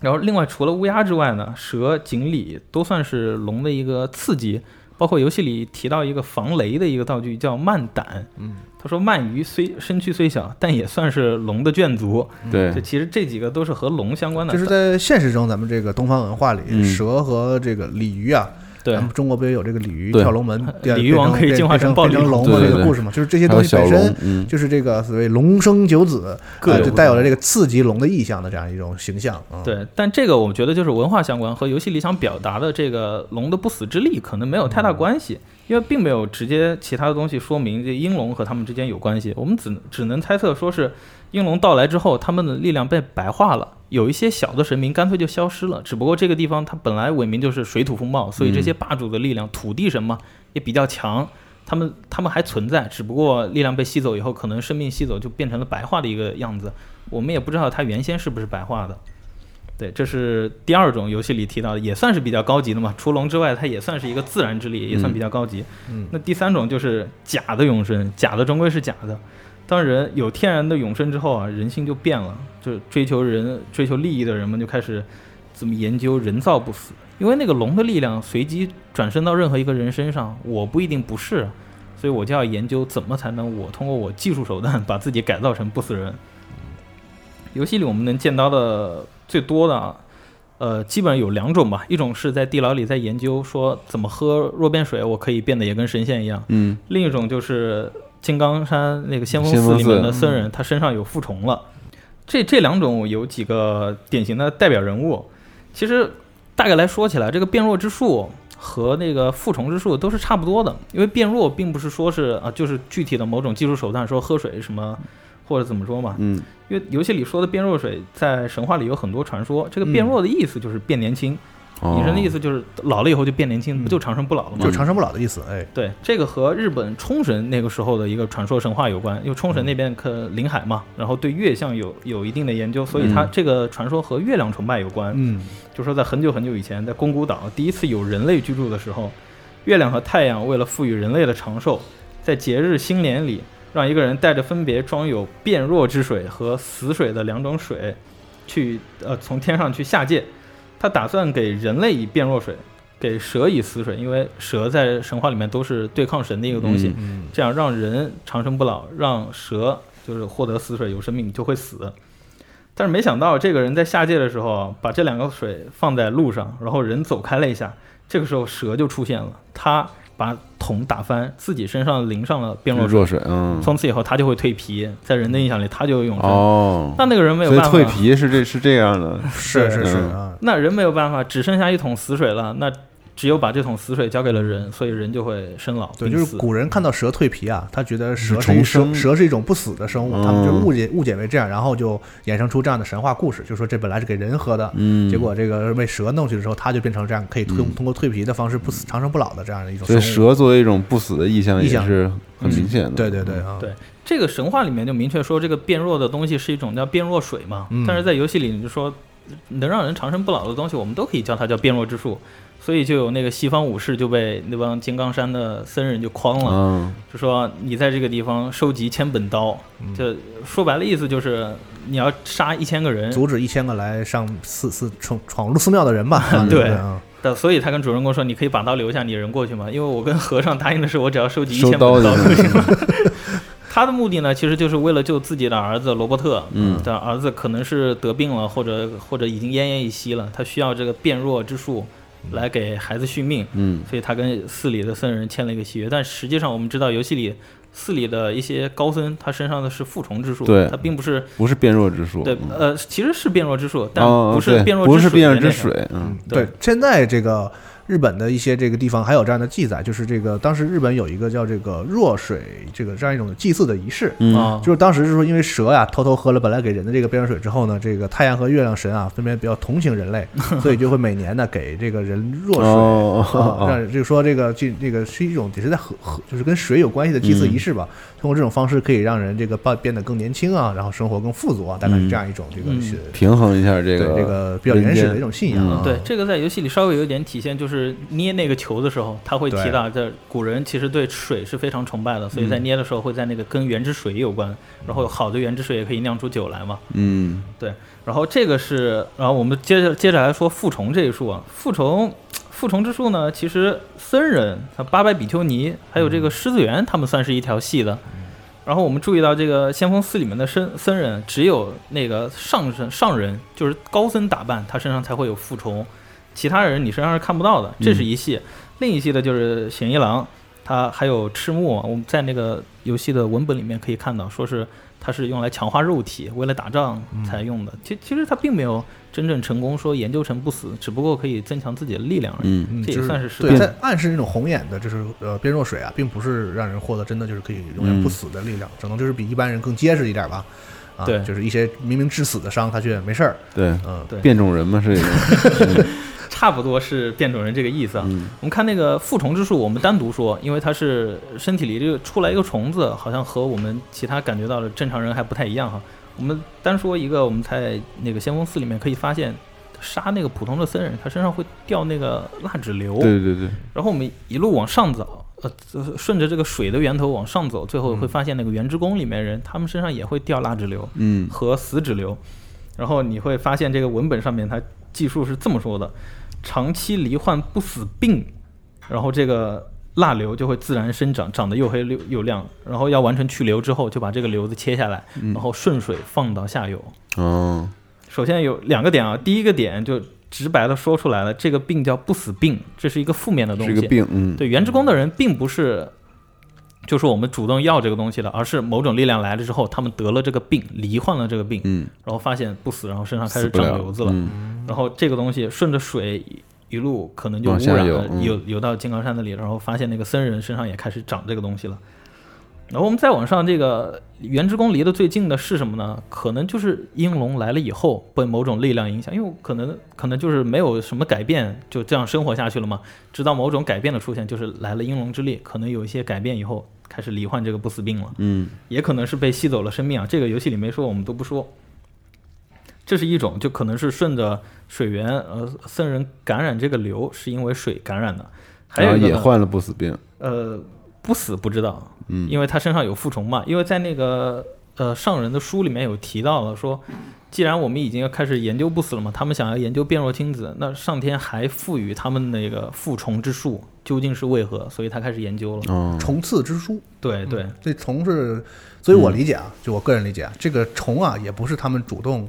[SPEAKER 3] 然后另外除了乌鸦之外呢，蛇、锦鲤都算是龙的一个刺激，包括游戏里提到一个防雷的一个道具叫慢胆。
[SPEAKER 2] 嗯，
[SPEAKER 3] 他说鳗鱼虽身躯虽小，但也算是龙的眷族。
[SPEAKER 1] 对
[SPEAKER 3] 就，其实这几个都是和龙相关的，
[SPEAKER 2] 就是在现实中，咱们这个东方文化里，
[SPEAKER 1] 嗯
[SPEAKER 2] 蛇和这个鲤鱼啊，
[SPEAKER 3] 对
[SPEAKER 2] 咱们中国不也有这个鲤鱼
[SPEAKER 1] 对
[SPEAKER 2] 跳龙门，
[SPEAKER 3] *laughs* 鲤
[SPEAKER 2] 变
[SPEAKER 3] 鱼王
[SPEAKER 2] 成
[SPEAKER 3] 可以
[SPEAKER 2] 变
[SPEAKER 3] 进化
[SPEAKER 2] 变
[SPEAKER 3] 成暴
[SPEAKER 2] 变
[SPEAKER 3] 鲤
[SPEAKER 2] 成龙
[SPEAKER 1] 对
[SPEAKER 2] 嘛？这
[SPEAKER 1] 对
[SPEAKER 2] 个
[SPEAKER 1] 对
[SPEAKER 2] 故事嘛，就是这些
[SPEAKER 1] 还有
[SPEAKER 2] 东西
[SPEAKER 1] 小
[SPEAKER 2] 本
[SPEAKER 1] 龙
[SPEAKER 2] 身，
[SPEAKER 1] 嗯，
[SPEAKER 2] 就是这个所谓龙生九子，
[SPEAKER 3] 各
[SPEAKER 2] 呃
[SPEAKER 3] 有
[SPEAKER 2] 就
[SPEAKER 3] 不
[SPEAKER 2] 带有
[SPEAKER 3] 同
[SPEAKER 2] 了这个刺激龙的意象的这样一种形象啊。
[SPEAKER 3] 对，但这个我觉得就是文化相关，和游戏里想表达的这个龙的不死之力可能没有太大关系，因为并没有直接其他的东西说明这英龙和他们之间有关系。我们只只能猜测说是英龙到来之后，他们的力量被白化了，有一些小的神明干脆就消失了。只不过这个地方它本来伟明就是水土风貌，所以这些霸主的力量，土地神嘛也比较强。他们他们还存在，只不过力量被吸走以后，可能生命吸走就变成了白化的一个样子。我们也不知道它原先是不是白化的。对，这是第二种游戏里提到的，也算是比较高级的嘛。除龙之外，它也算是一个自然之力，也算比较高级。
[SPEAKER 2] 嗯，
[SPEAKER 3] 那第三种就是假的永生，假的终归是假的。当人有天然的永生之后啊，人性就变了，就追求人追求利益啊的人们就开始怎么研究人造不死，因为那个龙的力量随机转身到任何一个人身上，我不一定不是，所以我就要研究怎么才能我通过我技术手段把自己改造成不死人。游戏里我们能见到的最多的啊，呃，基本上有两种吧，一种是在地牢里在研究说怎么喝弱变水，我可以变得也跟神仙一样；
[SPEAKER 1] 嗯
[SPEAKER 3] 另一种就是金刚山那个先锋
[SPEAKER 1] 先
[SPEAKER 3] 寺
[SPEAKER 1] 锋
[SPEAKER 3] 里面
[SPEAKER 1] 寺
[SPEAKER 3] 的僧人，嗯他身上有复虫了。这这两种有几个典型的代表人物。其实大概来说起来，这个变弱之术和那个复虫之术都是差不多的，因为变弱并不是说是啊，就是具体的某种技术手段，说喝水什么或者怎么说嘛。
[SPEAKER 1] 嗯
[SPEAKER 3] 因为游戏里说的变弱水，在神话里有很多传说。这个
[SPEAKER 2] 嗯
[SPEAKER 3] 变弱的意思就是变年轻，
[SPEAKER 1] 哦
[SPEAKER 3] 女生的意思就是老了以后就变年轻，不就长生不老了吗？
[SPEAKER 2] 嗯就是长生不老的意思。哎，
[SPEAKER 3] 对，这个和日本冲绳那个时候的一个传说神话有关，因为
[SPEAKER 2] 嗯
[SPEAKER 3] 冲绳那边可临海嘛，然后对月相有有一定的研究，所以它
[SPEAKER 1] 嗯
[SPEAKER 3] 这个传说和月亮崇拜有关。
[SPEAKER 2] 嗯
[SPEAKER 3] 就说在很久很久以前，在宫古岛第一次有人类居住的时候，月亮和太阳为了赋予人类的长寿，在节日新年里，让一个人带着分别装有变弱之水和死水的两种水，去呃从天上去下界。他打算给人类以变弱水，给蛇以死水，因为蛇在神话里面都是对抗神的一个东西。
[SPEAKER 1] 嗯
[SPEAKER 2] 嗯
[SPEAKER 3] 这样让人长生不老，让蛇就是获得死水有生命就会死。但是没想到这个人在下界的时候，把这两个水放在路上，然后人走开了一下，这个时候蛇就出现了，他把桶打翻，自己身上淋上了变弱水，
[SPEAKER 1] 弱水嗯
[SPEAKER 3] 从此以后他就会蜕皮，在人的印象里他就有永生。
[SPEAKER 1] 哦，
[SPEAKER 3] 那那个人没有
[SPEAKER 1] 所以
[SPEAKER 3] 办法，
[SPEAKER 1] 蜕皮是这是这样的，
[SPEAKER 3] *laughs*
[SPEAKER 2] 是是是
[SPEAKER 1] 嗯
[SPEAKER 2] 啊，
[SPEAKER 3] 那人没有办法，只剩下一桶死水了，那只有把这桶死水交给了人，所以人就会生老
[SPEAKER 2] 对，
[SPEAKER 3] 病
[SPEAKER 2] 就是
[SPEAKER 3] 死
[SPEAKER 2] 古人看到蛇蜕皮啊，他觉得
[SPEAKER 1] 是
[SPEAKER 2] 蛇是一
[SPEAKER 1] 重
[SPEAKER 2] 生，
[SPEAKER 1] 生
[SPEAKER 2] 蛇是一种不死的生物，他们就
[SPEAKER 1] 嗯
[SPEAKER 2] 误解误解为这样，然后就衍生出这样的神话故事，就说这本来是给人喝的，
[SPEAKER 1] 嗯，
[SPEAKER 2] 结果这个被蛇弄去的时候，它就变成这样可以通通过蜕皮的方式不死长生不老的这样的一种
[SPEAKER 1] 所以
[SPEAKER 2] 生物。
[SPEAKER 1] 蛇作为一种不死的意象
[SPEAKER 2] 意
[SPEAKER 1] 也
[SPEAKER 2] 象
[SPEAKER 1] 是很明显的，嗯
[SPEAKER 2] 对对对啊，
[SPEAKER 3] 嗯对这个神话里面就明确说，这个变弱的东西是一种叫变弱水嘛。
[SPEAKER 2] 嗯
[SPEAKER 3] 但是在游戏里，你就说能让人长生不老的东西，我们都可以叫它叫变弱之术。所以就有那个西方武士就被那帮金刚山的僧人就诓了，
[SPEAKER 1] 嗯，
[SPEAKER 3] 就说你在这个地方收集千本刀，就说白了意思就是你要杀一千个人，
[SPEAKER 2] 阻止一千个来上寺寺闯闯入寺庙的人吧。
[SPEAKER 1] 嗯
[SPEAKER 2] 啊
[SPEAKER 3] 对
[SPEAKER 2] 对啊，
[SPEAKER 3] 但所以他跟主人公说：“你可以把刀留下，你人过去吗？因为我跟和尚答应的是，我只要收集一
[SPEAKER 1] 收
[SPEAKER 3] 千本
[SPEAKER 1] 刀 *laughs*
[SPEAKER 3] 刀
[SPEAKER 1] 就
[SPEAKER 3] 就行了。”他的目的呢，其实就是为了救自己的儿子罗伯特。
[SPEAKER 1] 嗯
[SPEAKER 3] 但儿子可能是得病了，或者或者已经奄奄一息了，他需要这个变弱之术来给孩子续命。
[SPEAKER 1] 嗯
[SPEAKER 3] 所以他跟寺里的僧人签了一个契约。但实际上，我们知道游戏里寺里的一些高僧，他身上的是复虫之术，
[SPEAKER 1] 对
[SPEAKER 3] 他并不是
[SPEAKER 1] 不是变弱之术，
[SPEAKER 3] 对
[SPEAKER 1] 嗯
[SPEAKER 3] 呃，其实是变弱之术，但
[SPEAKER 1] 哦
[SPEAKER 3] 不是
[SPEAKER 1] 对
[SPEAKER 3] 变弱
[SPEAKER 1] 不
[SPEAKER 3] 之
[SPEAKER 1] 是
[SPEAKER 3] 水
[SPEAKER 1] 变
[SPEAKER 3] 的
[SPEAKER 1] 弱
[SPEAKER 3] 那
[SPEAKER 1] 之
[SPEAKER 3] 种。
[SPEAKER 1] 水，嗯，
[SPEAKER 2] 对
[SPEAKER 3] 对，
[SPEAKER 2] 现在这个日本的一些这个地方还有这样的记载，就是这个当时日本有一个叫这个弱水这个这样一种祭祀的仪式。
[SPEAKER 1] 嗯
[SPEAKER 3] 啊，
[SPEAKER 2] 就是当时是说，因为蛇呀、偷偷喝了本来给人的这个变水之后呢，这个太阳和月亮神啊分别比较同情
[SPEAKER 1] *laughs*
[SPEAKER 2] 人类，所以就会每年呢给这个人弱水，
[SPEAKER 1] 哦哦
[SPEAKER 2] 啊，
[SPEAKER 1] 哦
[SPEAKER 2] 让就说这个这这个是一种也是在和和就是跟水有关系的祭祀仪式吧。
[SPEAKER 3] 嗯
[SPEAKER 2] 通过这种方式可以让人这个变变得更年轻啊，然后生活更富足啊，大概是这样一种这个
[SPEAKER 3] 嗯
[SPEAKER 2] 是
[SPEAKER 1] 平衡一下这
[SPEAKER 2] 对
[SPEAKER 1] 个
[SPEAKER 2] 这个比较原始的一种信仰啊。
[SPEAKER 3] 对，这个在游戏里稍微有点体现，就是捏那个球的时候，他会提到，这古人其实对水是非常崇拜的，所以在捏的时候会在那个跟原汁水有关，然后好的原汁水也可以酿出酒来嘛。
[SPEAKER 1] 嗯
[SPEAKER 3] 然后这个是，然后我们接着接着来说复虫这一术啊，复虫，复虫之术呢，其实僧人、他八百比丘尼还有这个狮子猿，他们算是一条系的。然后我们注意到这个先锋寺里面的僧僧人，只有那个上身上人，就是高僧打扮，他身上才会有复虫，其他人你身上是看不到的。这是一系，另一系的就是显一郎，他还有赤木，我们在那个游戏的文本里面可以看到，说是它是用来强化肉体，为了打仗才用的。其其实它并没有真正成功说研究成不死，只不过可以增强自己的力量而已。
[SPEAKER 1] 嗯
[SPEAKER 2] 嗯，
[SPEAKER 3] 这也
[SPEAKER 2] 就是
[SPEAKER 3] 算是失
[SPEAKER 2] 对，
[SPEAKER 3] 败
[SPEAKER 2] 在暗示那种红眼的，就是呃变弱水啊，并不是让人获得真的就是可以永远不死的力量，只能就是比一般人更结实一点吧。啊，
[SPEAKER 3] 对
[SPEAKER 2] 就是一些明明致死的伤，他却没事儿。
[SPEAKER 1] 对
[SPEAKER 2] 嗯，
[SPEAKER 3] 对
[SPEAKER 1] 变种人嘛
[SPEAKER 3] *laughs*
[SPEAKER 1] 是一种，
[SPEAKER 3] 差不多是变种人这个意思啊。
[SPEAKER 1] 嗯
[SPEAKER 3] 我们看那个复虫之术，我们单独说，因为它是身体里这个出来一个虫子，好像和我们其他感觉到的正常人还不太一样哈。我们单说一个，我们在那个先锋寺里面可以发现，杀那个普通的僧人，他身上会掉那个蜡纸流。
[SPEAKER 1] 对对对，
[SPEAKER 3] 然后我们一路往上走，呃，呃顺着这个水的源头往上走，最后会发现那个原职工里面人，他们身上也会掉蜡纸流
[SPEAKER 1] 嗯
[SPEAKER 3] 和死纸流。然后你会发现这个文本上面它记述是这么说的：长期罹患不死病，然后这个蜡瘤就会自然生长，长得又黑又又亮。然后要完成去瘤之后，就把这个瘤子切下来，
[SPEAKER 1] 嗯
[SPEAKER 3] 然后顺水放到下游。
[SPEAKER 1] 哦，
[SPEAKER 3] 首先有两个点啊，第一个点就直白的说出来了，这个病叫不死病，这是一个负面的东
[SPEAKER 1] 是
[SPEAKER 3] 西。
[SPEAKER 1] 个病，嗯，
[SPEAKER 3] 对，原职工的人并不是就是我们主动要这个东西的，而是某种力量来了之后，他们得了这个病，罹患了这个病，
[SPEAKER 1] 嗯，
[SPEAKER 3] 然后发现不死，然后身上开
[SPEAKER 1] 死
[SPEAKER 3] 始
[SPEAKER 1] 不
[SPEAKER 3] 长
[SPEAKER 1] 了
[SPEAKER 3] 瘤子了，
[SPEAKER 1] 嗯
[SPEAKER 3] 然后这个东西顺着水。一路可能就
[SPEAKER 1] 往
[SPEAKER 3] 污
[SPEAKER 1] 下
[SPEAKER 3] 染
[SPEAKER 1] 游
[SPEAKER 3] 了，
[SPEAKER 1] 嗯
[SPEAKER 3] 游游到金刚山那里，然后发现那个僧人身上也开始长这个东西了。然后我们再往上，这个原职工离得最近的是什么呢？可能就是英龙来了以后被某种力量影响，因为我可能可能就是没有什么改变，就这样生活下去了嘛。直到某种改变的出现，就是来了英龙之力，可能有一些改变以后开始罹患这个不死病了，
[SPEAKER 1] 嗯
[SPEAKER 3] 也可能是被吸走了生命啊。这个游戏里没说，我们都不说。这是一种，就可能是顺着水源，呃，僧人感染这个瘤是因为水感染的，还
[SPEAKER 1] 然后
[SPEAKER 3] 有一个
[SPEAKER 1] 也
[SPEAKER 3] 呢
[SPEAKER 1] 患了不死病，
[SPEAKER 3] 呃，不死不知道，
[SPEAKER 1] 嗯
[SPEAKER 3] 因为他身上有附虫嘛。因为在那个呃上人的书里面有提到了说，既然我们已经要开始研究不死了嘛，他们想要研究变弱亲子，那上天还赋予他们那个复虫之术究竟是为何，所以他开始研究了。
[SPEAKER 1] 哦，
[SPEAKER 2] 虫刺之书，
[SPEAKER 3] 对对，
[SPEAKER 2] 嗯这虫是，所以我理解啊，就我个人理解啊，这个虫啊也不是他们主动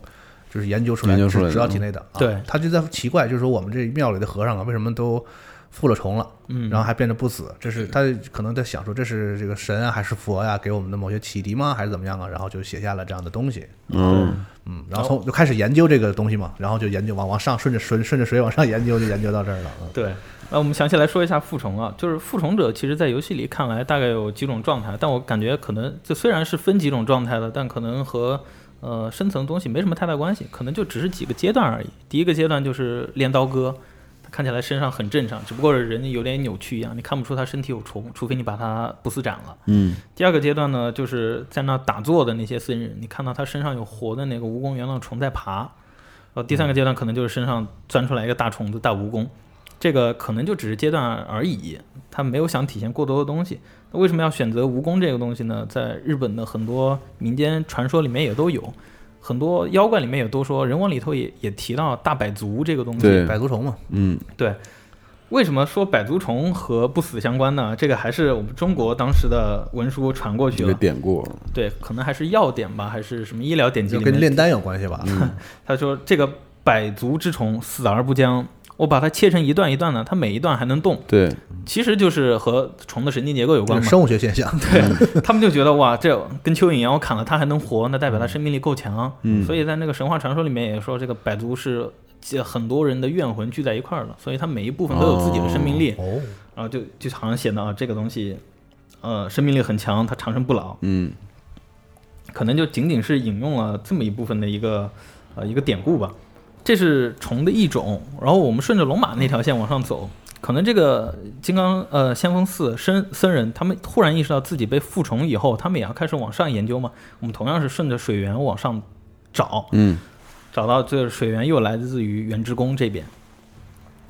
[SPEAKER 2] 就是研究出来，
[SPEAKER 1] 研究出来
[SPEAKER 2] 只
[SPEAKER 1] 的
[SPEAKER 2] 只到体内的、啊，
[SPEAKER 3] 对
[SPEAKER 2] 他就在奇怪，就是说我们这庙里的和尚啊，为什么都附了虫了，
[SPEAKER 3] 嗯，
[SPEAKER 2] 然后还变得不死？这是他可能在想说，这是这个神啊还是佛呀、给我们的某些启迪吗？还是怎么样啊？然后就写下了这样的东西，
[SPEAKER 1] 嗯，
[SPEAKER 2] 嗯，然后从就开始研究这个东西嘛，然后就研究往往上顺着顺顺着水往上研究，就研究到这儿了，嗯
[SPEAKER 3] 对，那我们详细来说一下复虫啊，就是复虫者，其实在游戏里看来大概有几种状态，但我感觉可能就虽然是分几种状态的，但可能和呃深层东西没什么太大关系，可能就只是几个阶段而已。第一个阶段就是镰刀哥，他看起来身上很正常，只不过人有点扭曲一样，你看不出他身体有虫，除非你把他不死斩了。
[SPEAKER 1] 嗯
[SPEAKER 3] 第二个阶段呢，就是在那打坐的那些僧人，你看到他身上有活的那个蜈蚣原状虫在爬。呃，第三个阶段可能就是身上钻出来一个大虫子、大蜈蚣，这个可能就只是阶段而已，他没有想体现过多的东西。那为什么要选择蜈蚣这个东西呢？在日本的很多民间传说里面也都有，很多妖怪里面也都说，人王里头也也提到大百足这个东西。
[SPEAKER 1] 对
[SPEAKER 2] 百足虫嘛，
[SPEAKER 1] 嗯，
[SPEAKER 3] 对，为什么说百足虫和不死相关呢？这个还是我们中国当时的文书传过去
[SPEAKER 1] 这个
[SPEAKER 3] 了。
[SPEAKER 1] 典故，
[SPEAKER 3] 对，可能还是药典吧，还是什么医疗典籍
[SPEAKER 2] 就
[SPEAKER 3] 里
[SPEAKER 2] 跟
[SPEAKER 3] 面。
[SPEAKER 2] 炼丹有关系吧？ *laughs*
[SPEAKER 3] 他说这个百足之虫死而不僵，我把它切成一段一段的，它每一段还能动，
[SPEAKER 1] 对，
[SPEAKER 3] 其实就是和虫的神经结构有
[SPEAKER 2] 就
[SPEAKER 3] 关
[SPEAKER 2] 是
[SPEAKER 3] 嘛。
[SPEAKER 2] 生物学现象，
[SPEAKER 3] 他们就觉得哇，这跟蚯蚓一样，我砍了它还能活，那代表它生命力够强。
[SPEAKER 1] 嗯
[SPEAKER 3] 所以在那个神话传说里面也说，这个百足是这很多人的怨魂聚在一块儿了，所以它每一部分都有自己的生命力。
[SPEAKER 2] 哦，
[SPEAKER 3] 然后就就好像显得啊，这个东西，呃，生命力很强，它长生不老，
[SPEAKER 1] 嗯
[SPEAKER 3] 可能就仅仅是引用了这么一部分的一个呃一个典故吧。这是虫的一种，然后我们顺着龙马那条线往上走，可能这个金刚呃先锋寺僧僧人他们突然意识到自己被复虫以后，他们也要开始往上研究嘛。我们同样是顺着水源往上找，
[SPEAKER 1] 嗯，
[SPEAKER 3] 找到这个水源又来自于原职工这边。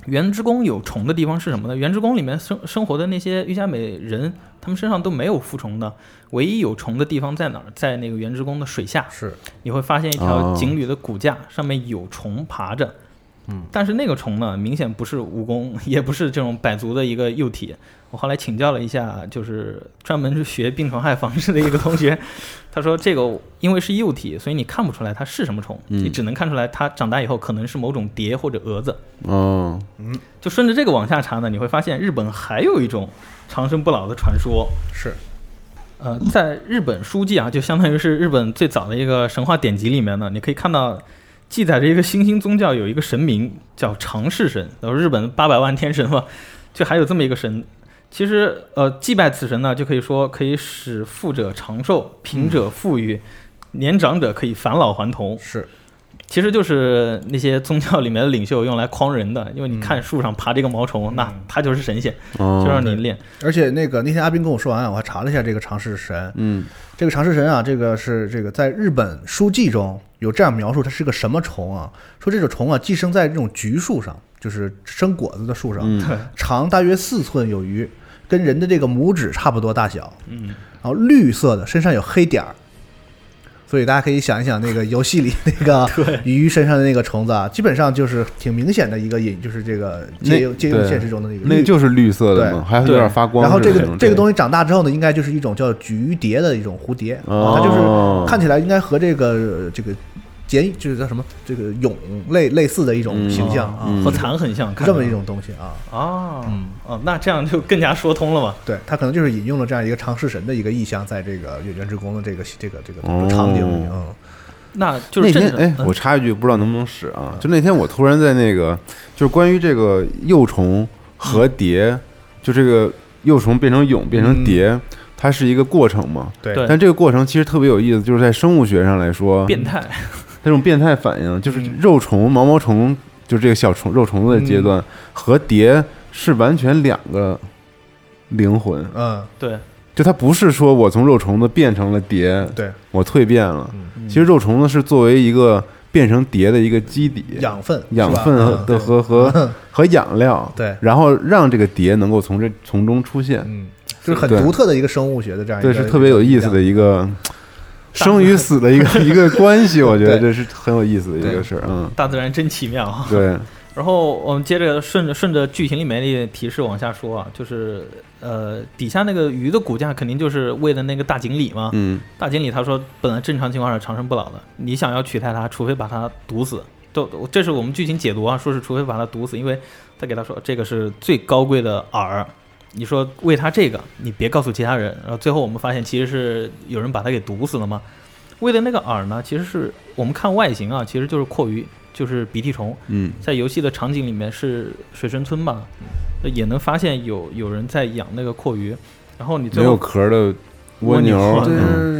[SPEAKER 3] 原职工有虫的地方是什么呢？原职工里面生生活的那些瑜伽美人，他们身上都没有复虫的，唯一有虫的地方在哪儿？在那个原职工的水下，
[SPEAKER 2] 是
[SPEAKER 3] 你会发现一
[SPEAKER 1] 哦
[SPEAKER 3] 条锦鲤的骨架上面有虫爬着。嗯，但是那个虫呢，明显不是蜈蚣， *laughs* 也不是这种百足的一个幼体。我后来请教了一下，就是专门是学病虫害防治的一个同
[SPEAKER 1] *laughs*
[SPEAKER 3] 学，他说这个因为是幼体，所以你看不出来它是什么虫，
[SPEAKER 1] 嗯
[SPEAKER 3] 你只能看出来它长大以后可能是某种蝶或者蛾子。
[SPEAKER 1] 哦，
[SPEAKER 3] 就顺着这个往下查呢，你会发现日本还有一种长生不老的传说，
[SPEAKER 2] 是，
[SPEAKER 3] 呃，在日本书记啊，就相当于是日本最早的一个神话典籍里面呢，你可以看到记载着一个新兴宗教有一个神明叫长世神，然后日本八百万天神嘛，就还有这么一个神。其实呃，祭拜此神呢，就可以说可以使富者长寿，贫者富裕，年长者可以返老还童。
[SPEAKER 2] 是
[SPEAKER 3] 其实就是那些宗教里面的领袖用来诓人的，因为你看树上爬这个毛虫，那他就是神仙，就
[SPEAKER 1] 哦，
[SPEAKER 3] 让你练。
[SPEAKER 2] 而且那个那天阿斌跟我说完，我还查了一下这个长世神，
[SPEAKER 1] 嗯，
[SPEAKER 2] 这个长世神啊，这个是这个在日本书记中有这样描述，它是个什么虫啊？说这种虫啊寄生在这种橘树上，就是生果子的树上，
[SPEAKER 1] 嗯
[SPEAKER 2] 长大约四寸有余，跟人的这个拇指差不多大小，
[SPEAKER 3] 嗯，
[SPEAKER 2] 然后绿色的，身上有黑点儿。所以大家可以想一想，那个游戏里那
[SPEAKER 1] *laughs*
[SPEAKER 2] 个鱼身上的那个虫子啊，基本上就是挺明显的一个引，就是这个借用
[SPEAKER 1] 那
[SPEAKER 2] 借用
[SPEAKER 1] 对
[SPEAKER 2] 现实中的那个绿
[SPEAKER 1] 那就是绿色的
[SPEAKER 2] 对
[SPEAKER 1] 嘛，还有点发光。
[SPEAKER 2] 然后这
[SPEAKER 1] 是那
[SPEAKER 2] 个
[SPEAKER 1] 种
[SPEAKER 2] 这个东西长大之后呢，应该就是一种叫菊蝶的一种蝴蝶，
[SPEAKER 1] 哦
[SPEAKER 2] 它就是看起来应该和这个呃这个简就是叫什么这个蛹类类似的一种形象
[SPEAKER 1] 嗯
[SPEAKER 2] 啊，
[SPEAKER 3] 和蚕很像，
[SPEAKER 2] 是
[SPEAKER 3] 看
[SPEAKER 2] 这
[SPEAKER 3] 着
[SPEAKER 2] 么一种东西啊。
[SPEAKER 3] 哦，哦，那这样就更加说通了嘛。
[SPEAKER 2] 对，它可能就是引用了这样一个长式神的一个意象，在这个《月圆之宫》的这个这个这个
[SPEAKER 1] 哦
[SPEAKER 2] 场景里，嗯，
[SPEAKER 3] 那就是
[SPEAKER 1] 那
[SPEAKER 3] 正
[SPEAKER 1] 天
[SPEAKER 3] 常
[SPEAKER 1] 哎，我插一句，不知道能不能使啊？就那天我突然在那个，就是关于这个幼虫和蝶，就这个幼虫变成蛹变成蝶，它是一个过程嘛？
[SPEAKER 2] 对
[SPEAKER 3] 对
[SPEAKER 1] 但这个过程其实特别有意思，就是在生物学上来说，
[SPEAKER 3] 变态，
[SPEAKER 1] 这种变态反应，就是
[SPEAKER 2] 嗯
[SPEAKER 1] 肉虫、毛毛虫，就这个小虫肉虫子的阶段，和蝶是完全两个灵魂。
[SPEAKER 2] 嗯，
[SPEAKER 3] 对，
[SPEAKER 1] 就它不是说我从肉虫子变成了蝶，
[SPEAKER 2] 对，
[SPEAKER 1] 我蜕变了。
[SPEAKER 3] 嗯
[SPEAKER 1] 其实肉虫子是作为一个变成蝶的一个基底，
[SPEAKER 2] 养分是吧
[SPEAKER 1] 养分和
[SPEAKER 2] 嗯
[SPEAKER 1] 的和和 *laughs* 和养料，
[SPEAKER 2] 对
[SPEAKER 1] 然后让这个蝶能够从这从中出现，
[SPEAKER 2] 嗯，就是很
[SPEAKER 1] 对
[SPEAKER 2] 独特的一个生物学的这样一
[SPEAKER 1] 这
[SPEAKER 2] 个，
[SPEAKER 1] 是特别有意思的一个生与死的一
[SPEAKER 2] *laughs*
[SPEAKER 1] 个一个关系，我觉得这是很有意思的一个事儿，嗯，
[SPEAKER 3] 大自然真奇妙啊。
[SPEAKER 1] 对，
[SPEAKER 3] 然后我们接着顺着顺着剧情里面的提示往下说啊，就是呃底下那个鱼的骨架肯定就是为了那个大锦鲤嘛。
[SPEAKER 1] 嗯，
[SPEAKER 3] 大锦鲤他说本来正常情况下长生不老的，你想要取代它，除非把它毒死。都这是我们剧情解读啊，说是除非把它毒死，因为他给他说这个是最高贵的饵。你说喂它这个，你别告诉其他人。然后最后我们发现其实是有人把它给毒死了嘛。喂的那个饵呢，其实是我们看外形啊，其实就是阔鱼，就是鼻涕虫。
[SPEAKER 1] 嗯，
[SPEAKER 3] 在游戏的场景里面是水生村吧，也能发现有有人在养那个阔鱼，然后你
[SPEAKER 1] 没
[SPEAKER 3] 最
[SPEAKER 1] 有
[SPEAKER 3] 后
[SPEAKER 1] 壳的
[SPEAKER 3] 蜗
[SPEAKER 1] 蜗
[SPEAKER 3] 牛
[SPEAKER 1] 牛，嗯
[SPEAKER 2] 就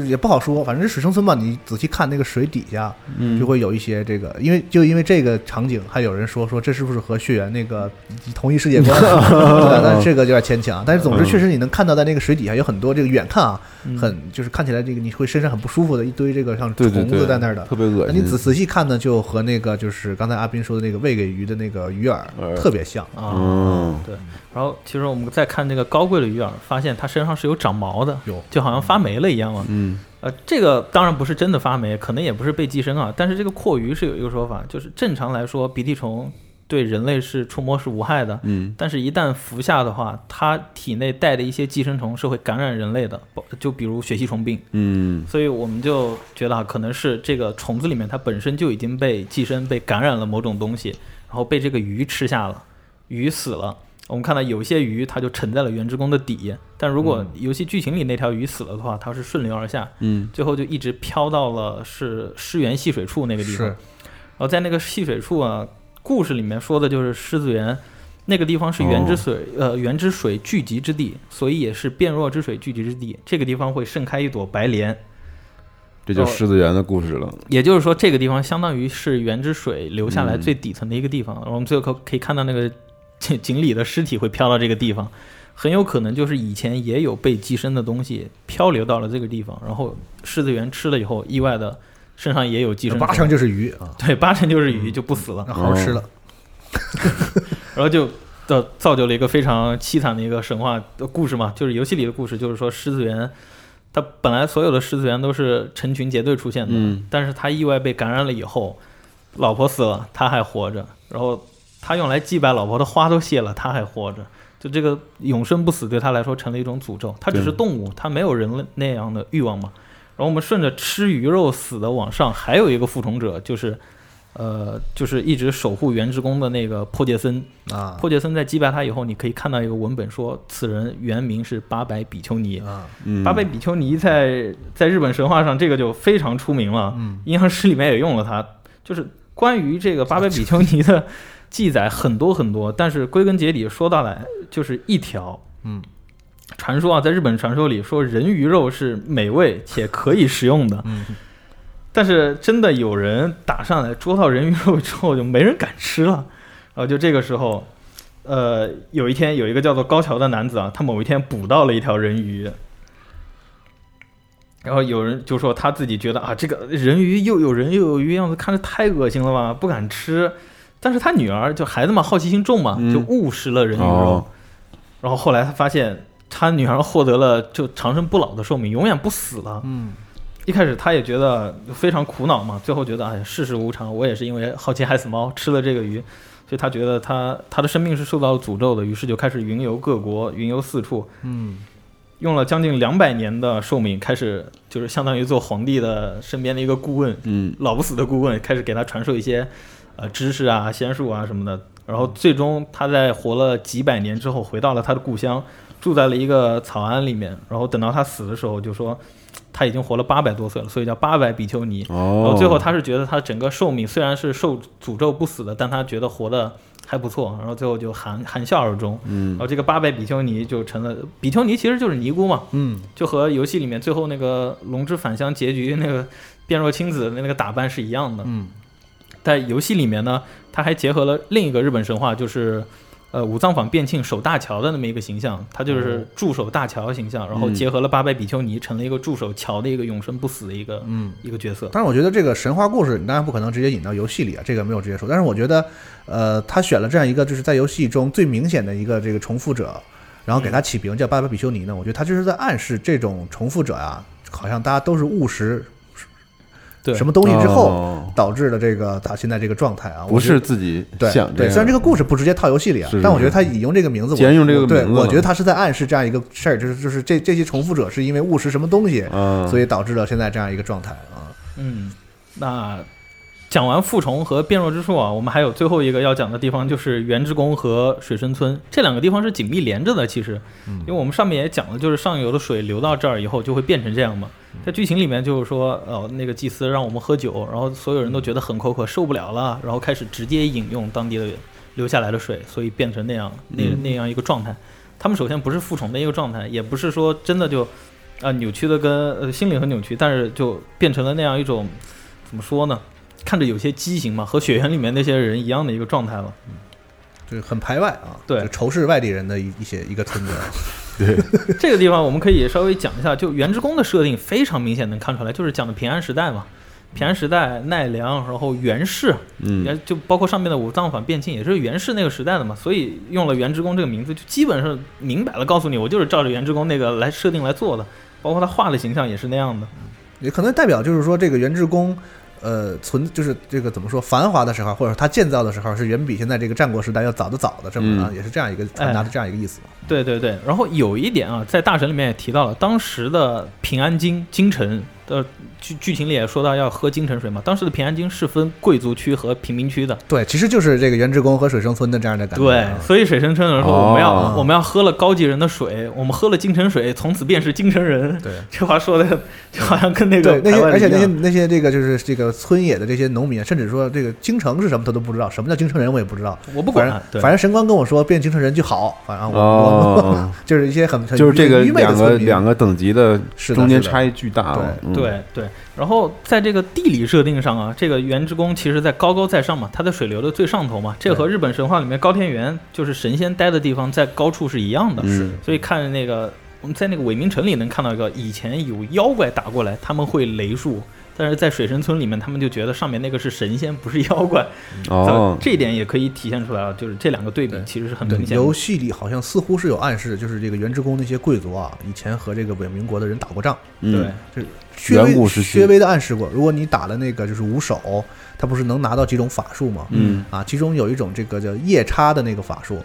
[SPEAKER 2] 是也不好说，反正水生村吧，你仔细看那个水底下，
[SPEAKER 1] 嗯
[SPEAKER 2] 就会有一些这个，因为就因为这个场景，还有人说说这是不是和血缘那个同一世界观？对但是这个有点牵强。但是总之，确实你能看到在那个水底下有很多这个远看啊，
[SPEAKER 3] 嗯
[SPEAKER 2] 很就是看起来这个你会身上很不舒服的一堆这个像
[SPEAKER 1] 对对
[SPEAKER 2] 虫
[SPEAKER 1] 对，
[SPEAKER 2] 子在那儿的。
[SPEAKER 1] 特别恶
[SPEAKER 2] 那
[SPEAKER 1] 心，
[SPEAKER 2] 你仔仔细看呢，就和那个就是刚才阿斌说的那个喂给鱼的那个鱼饵
[SPEAKER 1] 呃
[SPEAKER 2] 特别像。
[SPEAKER 3] 啊，
[SPEAKER 1] 嗯，
[SPEAKER 3] 对，然后其实我们再看那个高贵的鱼饵，发现它身上是有长毛的，
[SPEAKER 2] 有
[SPEAKER 3] 就好像发霉了一样嘛。
[SPEAKER 1] 嗯，
[SPEAKER 3] 呃，这个当然不是真的发霉，可能也不是被寄生啊。但是这个阔鱼是有一个说法，就是正常来说，鼻涕虫对人类是触摸是无害的，
[SPEAKER 1] 嗯，
[SPEAKER 3] 但是一旦服下的话，它体内带的一些寄生虫是会感染人类的，包就比如血吸虫病。
[SPEAKER 1] 嗯，
[SPEAKER 3] 所以我们就觉得啊，可能是这个虫子里面它本身就已经被寄生、被感染了某种东西，然后被这个鱼吃下了，鱼死了。我们看到有些鱼它就沉在了原之宫的底，但如果游戏剧情里那条鱼死了的话，它是顺流而下，
[SPEAKER 1] 嗯，
[SPEAKER 3] 最后就一直飘到了是狮园戏水处那个地
[SPEAKER 2] 是
[SPEAKER 3] 方。然后在那个戏水处啊，故事里面说的就是狮子园，那个地方是原之水、呃原之水聚集之地，所以也是变弱之水聚集之地。这个地方会盛开一朵白莲，
[SPEAKER 1] 这
[SPEAKER 3] 哦
[SPEAKER 1] 就是狮子园的故事了，
[SPEAKER 3] 也就是说，这个地方相当于是原之水留下
[SPEAKER 2] 嗯
[SPEAKER 3] 来最底层的一个地方。然后我们最后可可以看到那个井井里的尸体会飘到这个地方，很有可能就是以前也有被寄生的东西漂流到了这个地方，然后狮子猿吃了以后，意外的身上也有寄生虫
[SPEAKER 2] 八成就是鱼啊，
[SPEAKER 3] 对八成就是鱼就不死了，
[SPEAKER 2] 那好好吃了。
[SPEAKER 3] 然后就造造就了一个非常凄惨的一个神话的故事嘛，就是游戏里的故事，就是说狮子猿。它本来所有的狮子猿都是成群结队出现的，
[SPEAKER 1] 嗯
[SPEAKER 3] 但是他意外被感染了以后，老婆死了，他还活着，然后他用来祭拜老婆的花都谢了，他还活着。就这个永生不死对他来说成了一种诅咒，他只是
[SPEAKER 1] 对
[SPEAKER 3] 动物，他没有人类那样的欲望嘛。然后我们顺着吃鱼肉死的往上，还有一个复仇者就是，呃，就是一直守护原职工的那个破杰森。
[SPEAKER 2] 啊
[SPEAKER 3] 破杰森在击败他以后，你可以看到一个文本说，此人原名是八百比丘尼。
[SPEAKER 2] 啊，
[SPEAKER 1] 嗯，
[SPEAKER 3] 八百比丘尼在在日本神话上这个就非常出名了，
[SPEAKER 2] 嗯
[SPEAKER 3] 阴阳师里面也用了它。就是关于这个八百比丘尼的记载很多很多，但是归根结底说到来就是一条，
[SPEAKER 2] 嗯，
[SPEAKER 3] 传说啊，在日本传说里说人鱼肉是美味且可以食用的，
[SPEAKER 2] 嗯
[SPEAKER 3] 但是真的有人打上来捉到人鱼肉之后，就没人敢吃了。然后就这个时候，呃，有一天有一个叫做高桥的男子啊，他某一天捕到了一条人鱼，然后有人就说他自己觉得啊，这个人鱼又有人又有鱼，样子看着太恶心了吧，不敢吃。但是他女儿就孩子嘛，好奇心重嘛，
[SPEAKER 1] 嗯
[SPEAKER 3] 就误食了人鱼肉。
[SPEAKER 1] 哦
[SPEAKER 3] 然后后来他发现他女儿获得了就长生不老的寿命，永远不死了。
[SPEAKER 2] 嗯，
[SPEAKER 3] 一开始他也觉得非常苦恼嘛，最后觉得哎呀世事无常，我也是因为好奇害死猫吃了这个鱼，所以他觉得他他的生命是受到了诅咒的，于是就开始云游各国，云游四处，
[SPEAKER 2] 嗯，
[SPEAKER 3] 用了将近两百年的寿命，开始就是相当于做皇帝的身边的一个顾问，
[SPEAKER 1] 嗯，
[SPEAKER 3] 老不死的顾问，开始给他传授一些呃知识啊、仙术啊什么的。然后最终他在活了几百年之后，回到了他的故乡，住在了一个草庵里面。然后等到他死的时候，就说他已经活了八百多岁了，所以叫八百比丘尼。然
[SPEAKER 1] 哦
[SPEAKER 3] 后，最后他是觉得他整个寿命虽然是受诅咒不死的，但他觉得活得还不错，然后最后就含含笑而终。
[SPEAKER 1] 嗯
[SPEAKER 3] 然后这个八百比丘尼就成了比丘尼，其实就是尼姑嘛，
[SPEAKER 2] 嗯，
[SPEAKER 3] 就和游戏里面最后那个龙之返乡结局那个变若青子的那个打扮是一样的。
[SPEAKER 2] 嗯，
[SPEAKER 3] 在游戏里面呢，它还结合了另一个日本神话，就是呃武藏坊变庆守大桥的那么一个形象，它就是驻守大桥形象，然后结合了八百比丘尼，成了一个驻守桥的一个永生不死的一个、
[SPEAKER 2] 嗯、
[SPEAKER 3] 一个角色。
[SPEAKER 2] 当然，我觉得这个神话故事，你当然不可能直接引到游戏里啊，这个没有直接说。但是我觉得，呃，他选了这样一个就是在游戏中最明显的一个这个重复者，然后给他起名叫巴巴比丘尼呢，我觉得他就是在暗示这种重复者啊，好像大家都是务实
[SPEAKER 3] 对，
[SPEAKER 2] 什么东西之后
[SPEAKER 1] 哦
[SPEAKER 2] 导致的这个他现在这个状态啊，
[SPEAKER 1] 不
[SPEAKER 2] 我觉得
[SPEAKER 1] 是自己
[SPEAKER 2] 对
[SPEAKER 1] 想
[SPEAKER 2] 对，虽然这
[SPEAKER 1] 个
[SPEAKER 2] 个故事不直接套游戏里啊，
[SPEAKER 1] 是是
[SPEAKER 2] 但我觉得他引用这个名字，我
[SPEAKER 1] 既然用这个
[SPEAKER 2] 对，
[SPEAKER 1] 名字了
[SPEAKER 2] 我觉得他是在暗示这样一个事儿，就是就是这这些重复者是因为误食什么东西，
[SPEAKER 1] 啊，
[SPEAKER 2] 所
[SPEAKER 1] 以
[SPEAKER 2] 以导致了现在这样一个状态啊。
[SPEAKER 3] 嗯，那讲完复虫和变弱之术啊，我们还有最后一个要讲的地方，就是原之宫和水生村这两个地方是紧密连着的。其实，因为我们上面也讲了，就是上游的水流到这儿以后就会变成这样嘛。在剧情里面就是说，呃，那个祭司让我们喝酒，然后所有人都觉得很口渴，受不了了，然后开始直接饮用当地的流下来的水，所以变成那样那那样一个状态。他们首先不是复虫的一个状态，也不是说真的就啊、扭曲的跟呃心理很扭曲，但是就变成了那样一种怎么说呢？看着有些畸形嘛，和血缘里面那些人一样的一个状态了。
[SPEAKER 2] 就是很排外啊，
[SPEAKER 3] 对
[SPEAKER 2] 就仇视外地人的一一些一个村子， *laughs*
[SPEAKER 3] 这个地方我们可以稍微讲一下，就原之宫的设定非常明显能看出来，就是讲的平安时代嘛。平安时代、奈良，然后源氏，
[SPEAKER 1] 嗯
[SPEAKER 3] 也就包括上面的武藏反变庆，也是源氏那个时代的嘛，所以用了原之宫这个名字，就基本上明摆了告诉你，我就是照着原之宫那个来设定来做的，包括他画的形象也是那样的。
[SPEAKER 2] 也可能代表就是说这个原治宫。呃，存就是这个怎么说，繁华的时候，或者他建造的时候，是远比现在这个战国时代要早得早的，这么啊，
[SPEAKER 1] 嗯
[SPEAKER 2] 也是这样一个传达的这样一个意思。
[SPEAKER 3] 对对对，然后有一点啊，在大神里面也提到了，当时的平安京京城的剧剧情里也说到要喝京城水嘛，当时的平安京是分贵族区和平民区的，
[SPEAKER 2] 对，其实就是这个原治宫和水生村的这样的感觉
[SPEAKER 3] 对
[SPEAKER 2] 啊、，
[SPEAKER 3] 所以水生村的人说我们要、
[SPEAKER 1] 哦
[SPEAKER 3] 我们要喝了高级人的水，我们喝了京城水，从此便是京城人。 *laughs*
[SPEAKER 2] 对，
[SPEAKER 3] 这话说的就好像跟那个
[SPEAKER 2] 对那
[SPEAKER 3] 台
[SPEAKER 2] 些，
[SPEAKER 3] 湾
[SPEAKER 2] 而且
[SPEAKER 3] 一
[SPEAKER 2] 那
[SPEAKER 3] 样
[SPEAKER 2] 些那些这个就是这个村野的这些农民，啊甚至说这个京城是什么他都不知道，什么叫京城人我也不知道。
[SPEAKER 3] 我不
[SPEAKER 2] 反
[SPEAKER 3] 管，
[SPEAKER 2] 正
[SPEAKER 3] 对
[SPEAKER 2] 反正神官跟我说变京城人就好，反正我、
[SPEAKER 1] 哦，
[SPEAKER 2] 我 *laughs* 就是一些很很
[SPEAKER 1] 就是这个
[SPEAKER 2] 愚昧
[SPEAKER 1] 两
[SPEAKER 2] 的
[SPEAKER 1] 个
[SPEAKER 2] 村民，
[SPEAKER 1] 两个等级的
[SPEAKER 2] 是的
[SPEAKER 1] 中间
[SPEAKER 2] 是的
[SPEAKER 1] 差异巨大啊，嗯，
[SPEAKER 3] 对对，然后在这个地理设定上啊，这个原之宫其实在高高在上嘛，它在水流的最上头嘛，这和日本神话里面高天原就是神仙待的地方在高处是一样的。
[SPEAKER 1] 嗯
[SPEAKER 3] 所以看那个我们在那个伟明城里能看到一个，以前有妖怪打过来，他们会雷术，但是在水神村里面，他们就觉得上面那个是神仙，不是妖怪。
[SPEAKER 1] 哦，
[SPEAKER 3] 这一点也可以体现出来了，就是这两个对比其实是很
[SPEAKER 2] 对
[SPEAKER 3] 明显
[SPEAKER 2] 游
[SPEAKER 3] 的。
[SPEAKER 2] 戏里好像似乎是有暗示，就是这个原职工那些贵族啊，以前和这个伪民国的人打过仗，
[SPEAKER 3] 对
[SPEAKER 1] 嗯，
[SPEAKER 2] 就是薛微
[SPEAKER 1] 远古时期
[SPEAKER 2] 薛微的暗示过，如果你打了那个就是五手，他不是能拿到几种法术吗？
[SPEAKER 1] 嗯
[SPEAKER 2] 啊，其中有一种这个叫夜叉的那个法术，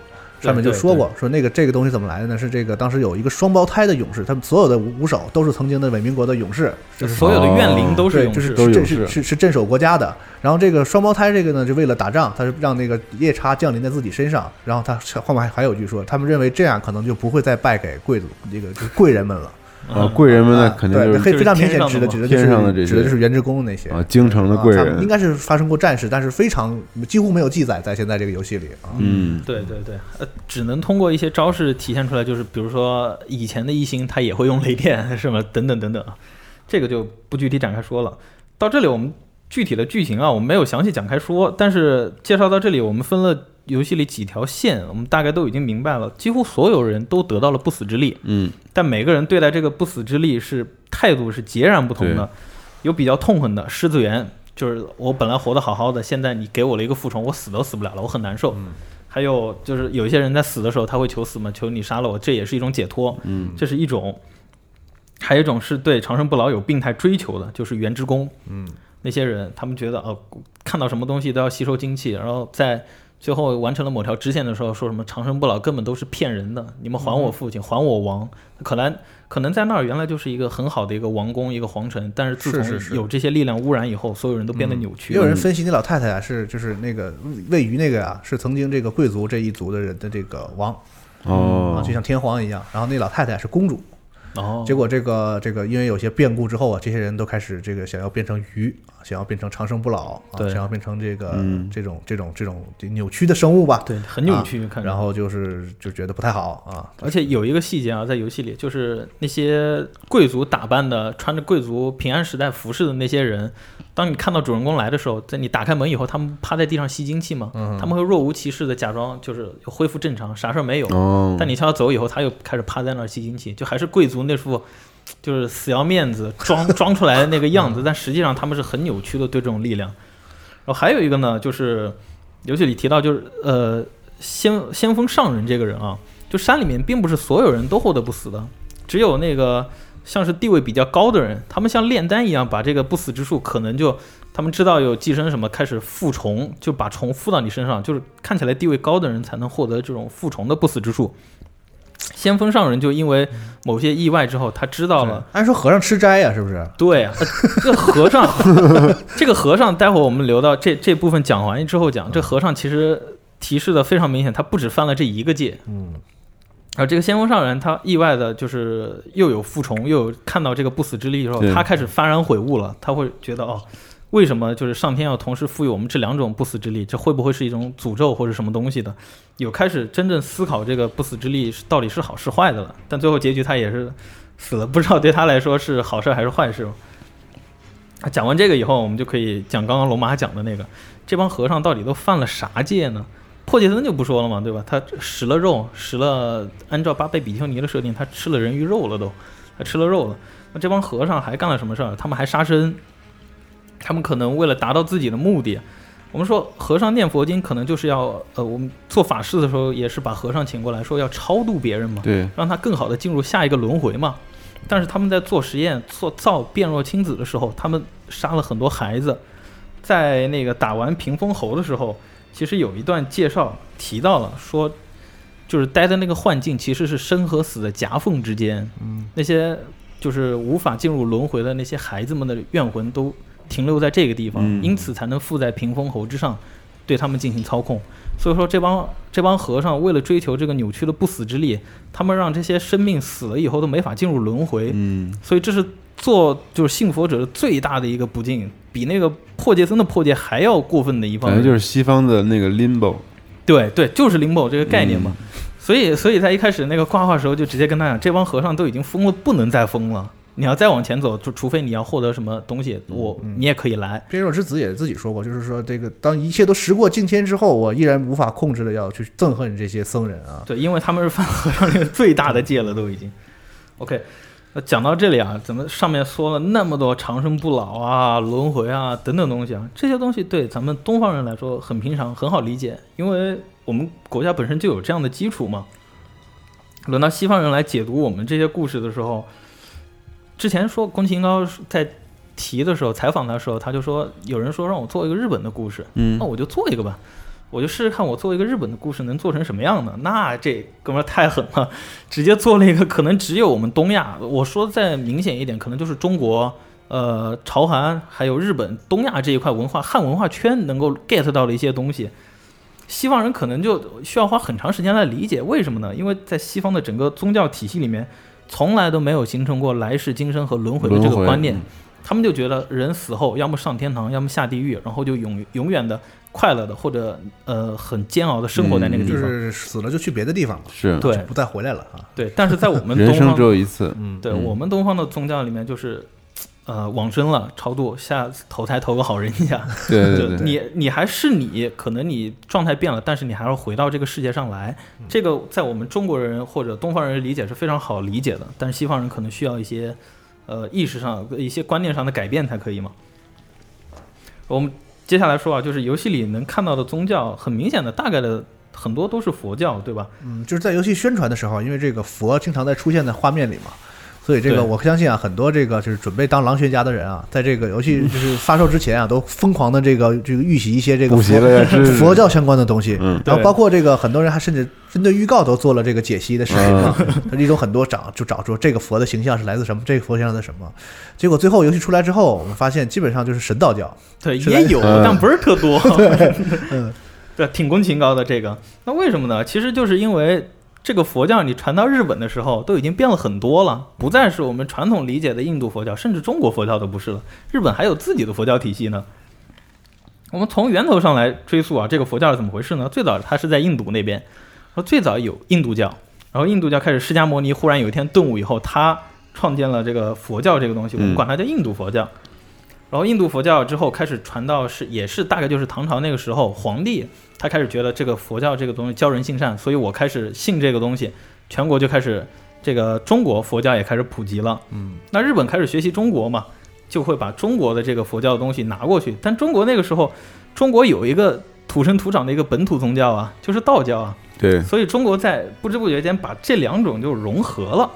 [SPEAKER 3] 对
[SPEAKER 2] 上面就说过，说那个这个东西怎么来的呢？是这个当时有一个双胞胎的勇士，他们所有的五五手都是曾经的伪民国的勇士，
[SPEAKER 3] 就
[SPEAKER 2] 就是
[SPEAKER 3] 所有的怨灵都是
[SPEAKER 2] 对，
[SPEAKER 3] 勇
[SPEAKER 2] 就是
[SPEAKER 3] 士，
[SPEAKER 1] 都是
[SPEAKER 2] 这
[SPEAKER 1] 勇
[SPEAKER 2] 是
[SPEAKER 1] 士
[SPEAKER 2] 是是镇守国家的。然后这个双胞胎这个呢，就为了打仗，他是让那个夜叉降临在自己身上。然后他后面还还有一句说，他们认为这样可能就不会再败给贵族这个就是贵人们了。
[SPEAKER 1] 啊，
[SPEAKER 3] 嗯
[SPEAKER 1] 贵人们那
[SPEAKER 2] 啊
[SPEAKER 1] 肯定
[SPEAKER 2] 对
[SPEAKER 1] 就
[SPEAKER 2] 那
[SPEAKER 1] 是
[SPEAKER 2] 非非常明显
[SPEAKER 3] 天上
[SPEAKER 2] 指
[SPEAKER 3] 的
[SPEAKER 2] 的
[SPEAKER 3] 嘛
[SPEAKER 2] 指的就
[SPEAKER 1] 天
[SPEAKER 2] 是
[SPEAKER 1] 上的这
[SPEAKER 2] 指的
[SPEAKER 1] 些
[SPEAKER 2] 就是原职工那些
[SPEAKER 1] 啊，京城的贵
[SPEAKER 2] 啊他们应
[SPEAKER 1] 人，
[SPEAKER 2] 该是发生过战事，但是非常几乎没有记载在现在这个游戏里啊。
[SPEAKER 1] 嗯，
[SPEAKER 3] 对对对，呃，只能通过一些招式体现出来，就是比如说以 *laughs* 前的一星他也会用雷电，是吗？等等等等，这个就不具体展开说了。到这里我们具体的剧情啊，我们没有详细展开说，但是介绍到这里，我们分了游戏里几条线，我们大概都已经明白了，几乎所有人都得到了不死之力，
[SPEAKER 1] 嗯，
[SPEAKER 3] 但每个人对待这个不死之力是态度是截然不同的，有比较痛恨的狮子猿，就是我本来活得好好的，现在你给我了一个复仇，我死都死不了了，我很难受。还有就是有一些人在死的时候他会求死嘛，求你杀了我，这也是一种解脱，
[SPEAKER 1] 嗯，
[SPEAKER 3] 这是一种。还有一种是对长生不老有病态追求的，就是原职工，
[SPEAKER 2] 嗯，
[SPEAKER 3] 那些人他们觉得哦、看到什么东西都要吸收精气，然后在最后完成了某条支线的时候，说什么长生不老根本都是骗人的，你们还我父
[SPEAKER 2] 嗯
[SPEAKER 3] 亲，还我王。可能可能在那儿原来就是一个很好的一个王宫，一个皇城，但是自
[SPEAKER 2] 是是是
[SPEAKER 3] 从有这些力量污染以后，所有人都变得扭曲
[SPEAKER 2] 也有人分析，那老太太啊是就是那个位于那个啊，是曾经这个贵族这一族的人的这个王啊，
[SPEAKER 1] 哦
[SPEAKER 2] 就，像天皇一样。然后那老太啊太是公主，
[SPEAKER 3] 哦，
[SPEAKER 2] 结果这个这个因为有些变故之后啊，这些人都开始这个想要变成鱼，啊想要变成长生不老，啊、
[SPEAKER 3] 对
[SPEAKER 2] 想要变成这个、
[SPEAKER 1] 嗯
[SPEAKER 2] 这种这种这种扭曲的生物吧。
[SPEAKER 3] 对，很扭曲，看着
[SPEAKER 2] 然后就是就觉得不太好啊，
[SPEAKER 3] 而且有一个细节啊，在游戏里，就是那些贵族打扮的、穿着贵族平安时代服饰的那些人，当你看到主人公来的时候，在你打开门以后，他们趴在地上吸精气嘛，他们会若无其事的假装就是恢复正常，啥事儿没有。
[SPEAKER 1] 哦，
[SPEAKER 3] 但你悄悄走以后，他又开始趴在那儿吸精气，就还是贵族那副就是死要面子装 *laughs* 装出来的那个样子，但实际上他们是很扭曲的对这种力量。然后还有一个呢，就是游戏里提到，就是呃，先先锋上人这个人啊，就山里面并不是所有人都获得不死的，只有那个像是地位比较高的人，他们像炼丹一样，把这个不死之术可能就他们知道有寄生什么，开始复虫，就把虫附到你身上，就是看起来地位高的人才能获得这种复虫的不死之术。先锋上人就因为某些意外之后，他知道了。
[SPEAKER 2] 按说和尚吃斋呀、是不是？
[SPEAKER 3] 对啊，呃 *laughs* 这和尚，这个和尚，待会儿我们留到这这部分讲完之后讲。这和尚其实提示的非常明显，他不止犯了这一个戒，
[SPEAKER 2] 嗯，
[SPEAKER 3] 而这个先锋上人，他意外的就是又有复虫，又有看到这个不死之力之后，
[SPEAKER 1] 对
[SPEAKER 3] 他开始幡然悔悟了。他会觉得哦，为什么就是上天要同时赋予我们这两种不死之力？这会不会是一种诅咒或者什么东西的？有开始真正思考这个不死之力是到底是好是坏的了。但最后结局他也是死了，不知道对他来说是好事还是坏事。讲完这个以后，我们就可以讲刚刚龙马讲的那个，这帮和尚到底都犯了啥戒呢？破戒僧就不说了嘛，对吧？他食了肉，食了按照八倍比丘尼的设定，他吃了人鱼肉了都，他吃了肉了。那这帮和尚还干了什么事儿？他们还杀生，他们可能为了达到自己的目的。我们说和尚念佛经，可能就是要呃，我们做法事的时候也是把和尚请过来说要超度别人嘛，
[SPEAKER 1] 对，
[SPEAKER 3] 让他更好的进入下一个轮回嘛。但是他们在做实验、做造变弱亲子的时候，他们杀了很多孩子。在那个打完屏风猴的时候，其实有一段介绍提到了说，就是待在那个幻境其实是生和死的夹缝之间。嗯，那些就是无法进入轮回的那些孩子们的怨魂都停留在这个地方，
[SPEAKER 1] 嗯
[SPEAKER 3] 因此才能附在屏风猴之上，对他们进行操控。所以说，这帮这帮和尚为了追求这个扭曲的不死之力，他们让这些生命死了以后都没法进入轮回。
[SPEAKER 1] 嗯，
[SPEAKER 3] 所以这是做就是信佛者最大的一个不敬，比那个破戒僧的破戒还要过分的一方
[SPEAKER 1] 感
[SPEAKER 3] 面。
[SPEAKER 1] 觉就是西方的那个 limbo，
[SPEAKER 3] 对对，就是灵宝这个概念嘛。
[SPEAKER 1] 嗯
[SPEAKER 3] 所以，所以在一开始那个挂画的时候，就直接跟他讲，这帮和尚都已经疯了，不能再疯了。你要再往前走，就除非你要获得什么东西，我
[SPEAKER 1] 嗯
[SPEAKER 3] 你也可以来。
[SPEAKER 2] 边若之子也自己说过，就是说这个当一切都时过境迁之后，我依然无法控制的要去憎恨这些僧人啊。
[SPEAKER 3] 对，因为他们是犯和尚那个最大的戒了，都已经。OK，那讲到这里啊，咱们上面说了那么多长生不老啊、轮回啊等等东西啊，这些东西对咱们东方人来说很平常，很好理解，因为我们国家本身就有这样的基础嘛。轮到西方人来解读我们这些故事的时候，之前说宫崎英高在提的时候，采访他的时候，他就说有人说让我做一个日本的故事，
[SPEAKER 1] 嗯
[SPEAKER 3] 那，我就做一个吧，我就试试看我做一个日本的故事能做成什么样的。那这哥们儿太狠了， *laughs* 直接做了一个可能只有我们东亚，我说再明显一点，可能就是中国、呃朝韩还有日本东亚这一块文化汉文化圈能够 get 到的一些东西。西方人可能就需要花很长时间来理解，为什么呢？因为在西方的整个宗教体系里面，从来都没有形成过来世今生和轮回的这
[SPEAKER 1] 轮
[SPEAKER 3] 个
[SPEAKER 1] 回
[SPEAKER 3] 观念
[SPEAKER 1] 嗯。
[SPEAKER 3] 他们就觉得人死后要么上天堂，要么下地狱，然后就永永远的快乐的或者呃很煎熬的生活在那个地
[SPEAKER 2] 就
[SPEAKER 3] 方。
[SPEAKER 2] 是死了就去别的地方了，
[SPEAKER 1] 嗯是，
[SPEAKER 3] 对
[SPEAKER 2] 不再回来了啊。
[SPEAKER 1] *laughs*
[SPEAKER 3] 对，但是在我们
[SPEAKER 1] 人
[SPEAKER 3] 东
[SPEAKER 1] 生只
[SPEAKER 3] 方，
[SPEAKER 1] 有一次，
[SPEAKER 2] 嗯，
[SPEAKER 3] 对
[SPEAKER 1] 嗯
[SPEAKER 3] 我们东方的宗教里面，就是呃往生了，超度下投胎投个好人家，
[SPEAKER 1] 对对
[SPEAKER 3] *laughs* 就
[SPEAKER 1] 对对，
[SPEAKER 3] 你你还是你，可能你状态变了，但是你还要回到这个世界上来。
[SPEAKER 1] 嗯
[SPEAKER 3] 这个在我们中国人或者东方人理解是非常好理解的，但是西方人可能需要一些呃意识上一些观念上的改变才可以嘛。我们接下来说啊，就是游戏里能看到的宗教，很明显的，大概的很多都是佛教，对吧？
[SPEAKER 2] 嗯，就是在游戏宣传的时候，因为这个佛经常在出现在画面里嘛，所以这
[SPEAKER 3] 对
[SPEAKER 2] 个我相信啊，很多这个就是准备当狼学家的人啊，在这个游
[SPEAKER 3] 嗯
[SPEAKER 2] 戏就是发售之前啊，都疯狂的这个这个预习一些这个
[SPEAKER 1] 补习
[SPEAKER 2] 佛
[SPEAKER 1] 了呀，知识
[SPEAKER 2] 佛教相关的东西。
[SPEAKER 1] 嗯
[SPEAKER 2] 然后
[SPEAKER 3] 对
[SPEAKER 2] 包括这个，很多人还甚至针对预告都做了这个解析的视频
[SPEAKER 1] 嗯
[SPEAKER 2] 嘛，他一种很多找就找出这个佛的形象是来自什么，这个佛形象的什么。结果最后游戏出来之后，我们发现基本上就是神道教，
[SPEAKER 3] 对，
[SPEAKER 2] 是
[SPEAKER 3] 也
[SPEAKER 2] 吧
[SPEAKER 3] 有，
[SPEAKER 1] 嗯
[SPEAKER 3] 但不是特多。 *laughs* 对，
[SPEAKER 2] 嗯
[SPEAKER 3] 挺工情高的这个。那为什么呢？其实就是因为这个佛教你传到日本的时候，都已经变了很多了，不再是我们传统理解的印度佛教，甚至中国佛教都不是了。日本还有自己的佛教体系呢。我们从源头上来追溯啊，这个佛教是怎么回事呢？最早它是在印度那边，说最早有印度教，然后印度教开始，释迦牟尼忽然有一天顿悟以后，他创建了这个佛教这个东西，我们
[SPEAKER 1] 嗯
[SPEAKER 3] 管它叫印度佛教。然后印度佛教之后开始传到是也是大概就是唐朝那个时候，皇帝他开始觉得这个佛教这个东西教人性善，所以我开始信这个东西，全国就开始这个中国佛教也开始普及了。
[SPEAKER 2] 嗯，
[SPEAKER 3] 那日本开始学习中国嘛，就会把中国的这个佛教的东西拿过去。但中国那个时候，中国有一个土生土长的一个本土宗教啊，就是道教啊，
[SPEAKER 1] 对
[SPEAKER 3] 所以中国在不知不觉间把这两种就融合了。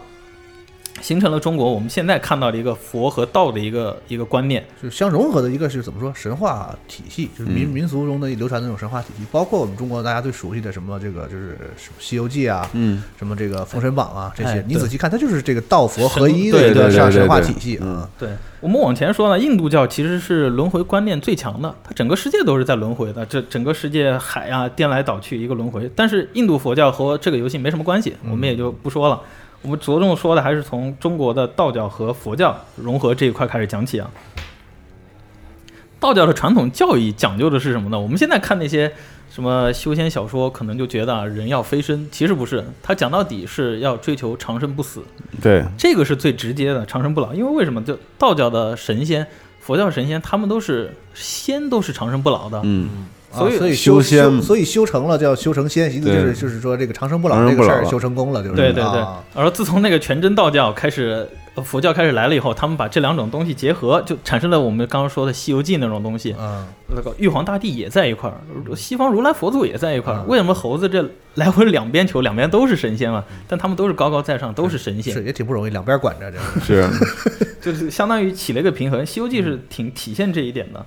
[SPEAKER 3] 形成了中国我们现在看到的一个佛和道的一个一个观念，
[SPEAKER 2] 就是相融合的一个是怎么说神话体系，就是民、
[SPEAKER 1] 嗯
[SPEAKER 2] 民俗中的流传的那种神话体系，包括我们中国大家最熟悉的什么这个就是什么《西游记》啊，
[SPEAKER 1] 嗯，
[SPEAKER 2] 什么这个《封神榜》啊这
[SPEAKER 3] 哎
[SPEAKER 2] 些，你
[SPEAKER 3] 对
[SPEAKER 2] 仔细看，它就是这个道佛合一的
[SPEAKER 3] 神
[SPEAKER 1] 对
[SPEAKER 2] 一个
[SPEAKER 1] 对
[SPEAKER 2] 上
[SPEAKER 1] 对对
[SPEAKER 2] 神话
[SPEAKER 1] 对
[SPEAKER 2] 体系
[SPEAKER 1] 嗯
[SPEAKER 2] 啊。
[SPEAKER 3] 对我们往前说呢，印度教其实是轮回观念最强的，它整个世界都是在轮回的，这整个世界海啊颠来倒去一个轮回。但是印度佛教和这个游戏没什么关系，我们也就不说了。我们着重说的还是从中国的道教和佛教融合这一块开始讲起啊。道教的传统教义讲究的是什么呢？我们现在看那些什么修仙小说，可能就觉得啊，人要飞升，其实不是，它讲到底是要追求长生不死。
[SPEAKER 1] 对，
[SPEAKER 3] 这个是最直接的长生不老，因为为什么？就道教的神仙、佛教神仙，他们都是仙，都是长生不老的。
[SPEAKER 1] 嗯，
[SPEAKER 2] 啊
[SPEAKER 3] 所以
[SPEAKER 2] 所以
[SPEAKER 1] 修仙
[SPEAKER 2] 修
[SPEAKER 1] 嘛
[SPEAKER 2] 所以修成了叫修成仙，意思就
[SPEAKER 1] 对
[SPEAKER 2] 是就是说这个长生不老
[SPEAKER 1] 长
[SPEAKER 2] 这
[SPEAKER 1] 生不
[SPEAKER 2] 个事
[SPEAKER 1] 老
[SPEAKER 2] 儿
[SPEAKER 1] 了
[SPEAKER 2] 修成功了，就是
[SPEAKER 3] 对对对
[SPEAKER 2] 啊。
[SPEAKER 3] 而自从那个全真道教开始，呃佛教开始来了以后，他们把这两种东西结合，就产生了我们刚刚说的《西游记》那种东西。
[SPEAKER 2] 嗯，
[SPEAKER 3] 那个玉皇大帝也在一块儿，西方如来佛祖也在一块儿。
[SPEAKER 2] 嗯
[SPEAKER 3] 为什么猴子这来回两边求，两边都是神仙嘛？但他们都是高高在上，都是神仙。
[SPEAKER 2] 是也挺不容易，两边管着这
[SPEAKER 3] *laughs* 嗯
[SPEAKER 2] 个。
[SPEAKER 1] 是，
[SPEAKER 3] 就是相当于起了一个平衡，《西游记》是挺体现这一点的，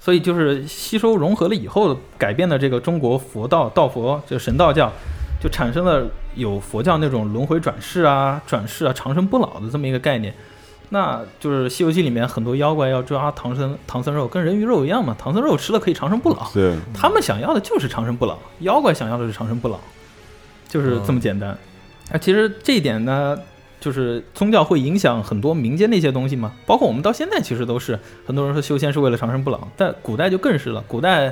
[SPEAKER 3] 所以就是吸收融合了以后，改变的这个中国佛道道佛就神道教，就产生了有佛教那种轮回转世啊、转世啊、长生不老的这么一个概念。那就是《西游记》里面很多妖怪要抓唐僧唐僧肉，跟人鱼肉一样嘛，唐僧肉吃了可以长生不老，
[SPEAKER 1] 对，
[SPEAKER 3] 他们想要的就是长生不老，妖怪想要的是长生不老，就是这么简单。啊，其实这一点呢，就是宗教会影响很多民间的一些东西嘛，包括我们到现在其实都是很多人说修仙是为了长生不老，但古代就更是了，古代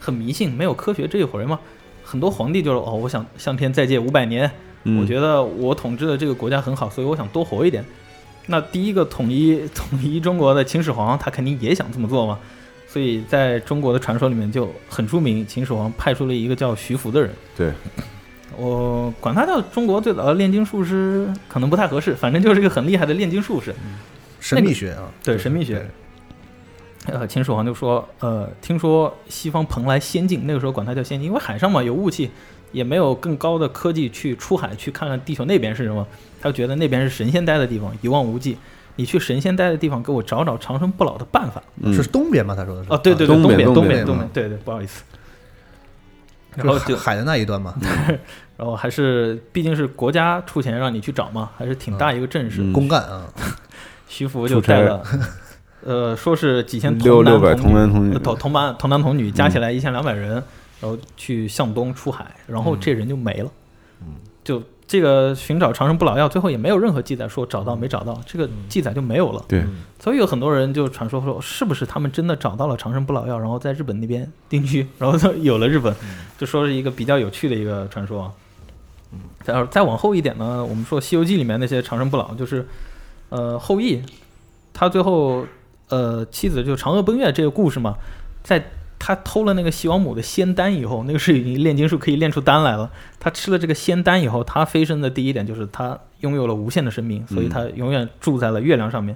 [SPEAKER 3] 很迷信，没有科学这一回嘛。很多皇帝就是哦，我想向天再借五百年，
[SPEAKER 1] 嗯
[SPEAKER 3] 我觉得我统治的这个国家很好，所以我想多活一点。那第一个统一 *laughs* 统一中国的秦始皇，他肯定也想这么做嘛，所以在中国的传说里面就很出名，秦始皇派出了一个叫徐福的人。
[SPEAKER 1] 对，
[SPEAKER 3] 我管他叫中国最早的炼金术师，可能不太合适，反正就是一个很厉害的炼金术士。
[SPEAKER 2] 神秘学啊，
[SPEAKER 3] 对神秘学呃，秦始皇就说，呃，听说西方蓬莱仙境，那个时候管它叫仙境，因为海上嘛有雾气，也没有更高的科技去出海去看看地球那边是什么，他就觉得那边是神仙待的地方，一望无际。你去神仙待的地方，给我找找长生不老的办法。
[SPEAKER 1] 嗯
[SPEAKER 2] 是东边吗？他说的是啊
[SPEAKER 3] 哦，对对对，
[SPEAKER 1] 东
[SPEAKER 3] 东
[SPEAKER 1] 北
[SPEAKER 3] 东
[SPEAKER 1] 东
[SPEAKER 3] 北
[SPEAKER 1] 北
[SPEAKER 3] 东北
[SPEAKER 2] 嗯，
[SPEAKER 3] 对对，不好意思。然
[SPEAKER 2] 就
[SPEAKER 3] 后
[SPEAKER 2] 是
[SPEAKER 3] 哦就
[SPEAKER 2] 海海的那一端嘛，
[SPEAKER 3] 然后还是毕竟是国家出钱让你去找嘛，还是挺大一个阵势。
[SPEAKER 1] 嗯
[SPEAKER 2] 公干啊，
[SPEAKER 3] 徐福就带了，呃，说是几千
[SPEAKER 1] 六六百童
[SPEAKER 3] 童男
[SPEAKER 1] 男童
[SPEAKER 3] 女
[SPEAKER 1] 女嗯
[SPEAKER 3] 呃同同班童男童女加起来一千两百人，然后去向东出海，然
[SPEAKER 1] 嗯
[SPEAKER 3] 后这人就没了。就这个寻找长生不老药，最后也没有任何记载说找
[SPEAKER 1] 嗯
[SPEAKER 3] 到没找到，这个记载就没有了。
[SPEAKER 1] 对，
[SPEAKER 3] 所以有很多人就传说说，是不是他们真的找到了长生不老药，然后在日本那边定居，然后就有了日本，就说是一个比较有趣的一个传说啊。再再往后一点呢，我们说《西游记》里面那些长生不老，就是呃后羿他最后呃妻子就嫦娥奔月这个故事嘛，在他偷了那个西王母的仙丹以后，那个是已经炼金术可以炼出丹来了。他吃了这个仙丹以后，他飞升的第一点就是他拥有了无限的生命，所以他永远住在了月亮上面。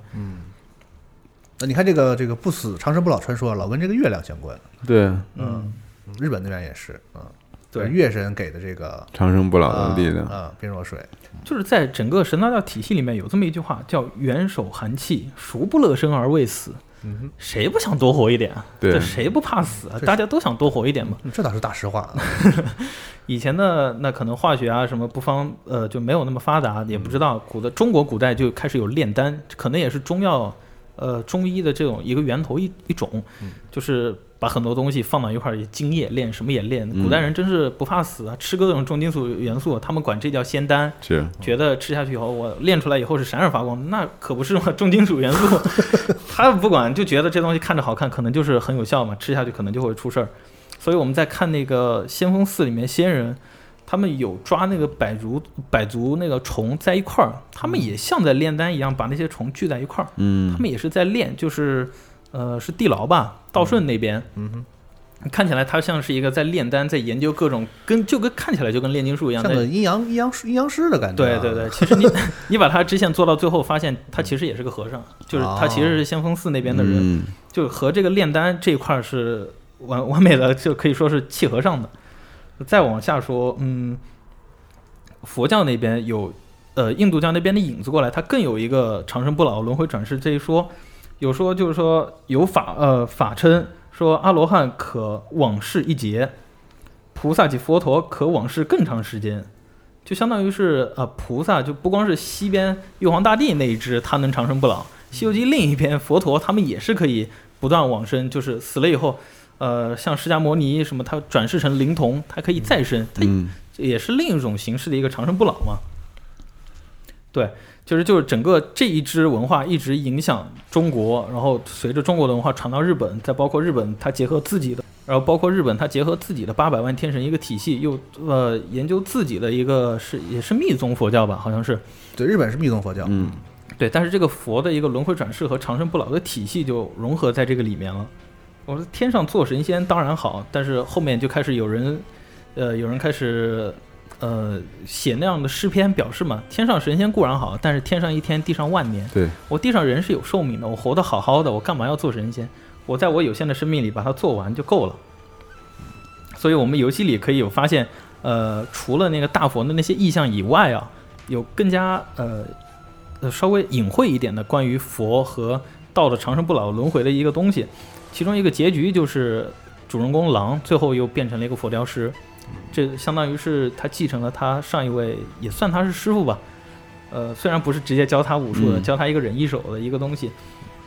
[SPEAKER 2] 那你看这个这个不死长生不老传说，啊老跟这个月亮相关。
[SPEAKER 1] 对，
[SPEAKER 2] 嗯，日本那边也是，嗯，
[SPEAKER 3] 对
[SPEAKER 2] 月神给的这个
[SPEAKER 1] 长生不老的力量。
[SPEAKER 2] 啊，冰若水，
[SPEAKER 3] 就是在整个神道教体系里面有这么一句话，叫“元首寒气，孰不乐生而未死”。
[SPEAKER 2] 嗯
[SPEAKER 3] 谁不想多活一点啊？
[SPEAKER 1] 对
[SPEAKER 3] 这谁不怕死啊？
[SPEAKER 2] 这是嗯
[SPEAKER 3] 大家都想多活一点嘛。
[SPEAKER 2] 哼，这倒是大实话。
[SPEAKER 3] 以前的那可能化学啊什么不方呃就没有那么发达，也不知道古的中国古代就开始有炼丹，可能也是中药呃中医的这种一个源头一一种，
[SPEAKER 2] 嗯
[SPEAKER 3] 就是把很多东西放到一块儿，也精液炼什么也炼。
[SPEAKER 2] 嗯
[SPEAKER 3] 古代人真是不怕死啊，吃各种重金属元素，他们管这叫仙丹。
[SPEAKER 1] 是，
[SPEAKER 3] 觉得吃下去以后，我练出来以后是闪闪发光，那可不是嘛，重金属
[SPEAKER 2] *laughs*
[SPEAKER 3] 元素，他不管就觉得这东西看着好看，可能就是很有效嘛，吃下去可能就会出事儿。所以我们在看那个先锋寺里面仙人，他们有抓那个百足百足那个虫在一块儿，他们也像在炼丹一样把那些虫聚在一块儿，
[SPEAKER 1] 嗯
[SPEAKER 3] 他，们也是在练，就是呃是地牢吧，道顺那边，
[SPEAKER 2] 嗯哼，
[SPEAKER 3] 看起来他像是一个在炼丹，在研究各种跟就跟看起来就跟炼金术一样，
[SPEAKER 2] 像
[SPEAKER 3] 在
[SPEAKER 2] 个阴阳阴阳师阴阳师的感觉。啊
[SPEAKER 3] 对对，对，其实你你把他支线做到最后，发现他其实也是个和尚，就是他其实是先锋寺那边的人，
[SPEAKER 1] 嗯
[SPEAKER 3] 就和这个炼丹这一块儿是完完美的，就可以说是契合上的。再往下说，嗯，佛教那边有呃印度教那边的影子过来，它更有一个长生不老、轮回转世这一说，有说就是说有法呃法称说阿罗汉可往世一劫，菩萨及佛陀可往世更长时间。就相当于是呃，菩萨就不光是西边玉皇大帝那一支，他能长生不老，《西游记》另一边佛陀他们也是可以不断往生，就是死了以后，呃，像释迦牟尼什么，他转世成灵童，他可以再生，他
[SPEAKER 1] 嗯
[SPEAKER 3] 也是另一种形式的一个长生不老嘛。对，就是就是整个这一支文化一直影响中国，然后随着中国的文化传到日本，再包括日本它结合自己的，然后包括日本它结合自己的八百万天神一个体系，又呃研究自己的一个是也是密宗佛教吧，好像是
[SPEAKER 2] 对，日本是密宗佛教，
[SPEAKER 1] 嗯，
[SPEAKER 3] 对，但是这个佛的一个轮回转世和长生不老的体系就融合在这个里面了。我说天上做神仙当然好，但是后面就开始有人，呃，有人开始，呃，写那样的诗篇表示嘛，天上神仙固然好，但是天上一天，地上万年。
[SPEAKER 1] 对，
[SPEAKER 3] 我地上人是有寿命的，我活得好好的，我干嘛要做神仙？我在我有限的生命里把它做完就够了。所以，我们游戏里可以有发现，呃，除了那个大佛的那些意象以外啊，有更加呃呃稍微隐晦一点的关于佛和道的长生不老轮回的一个东西。其中一个结局就是主人公狼最后又变成了一个佛雕师，这相当于是他继承了他上一位，也算他是师傅吧。呃，虽然不是直接教他武术的，
[SPEAKER 1] 嗯
[SPEAKER 3] 教他一个忍一手的一个东西，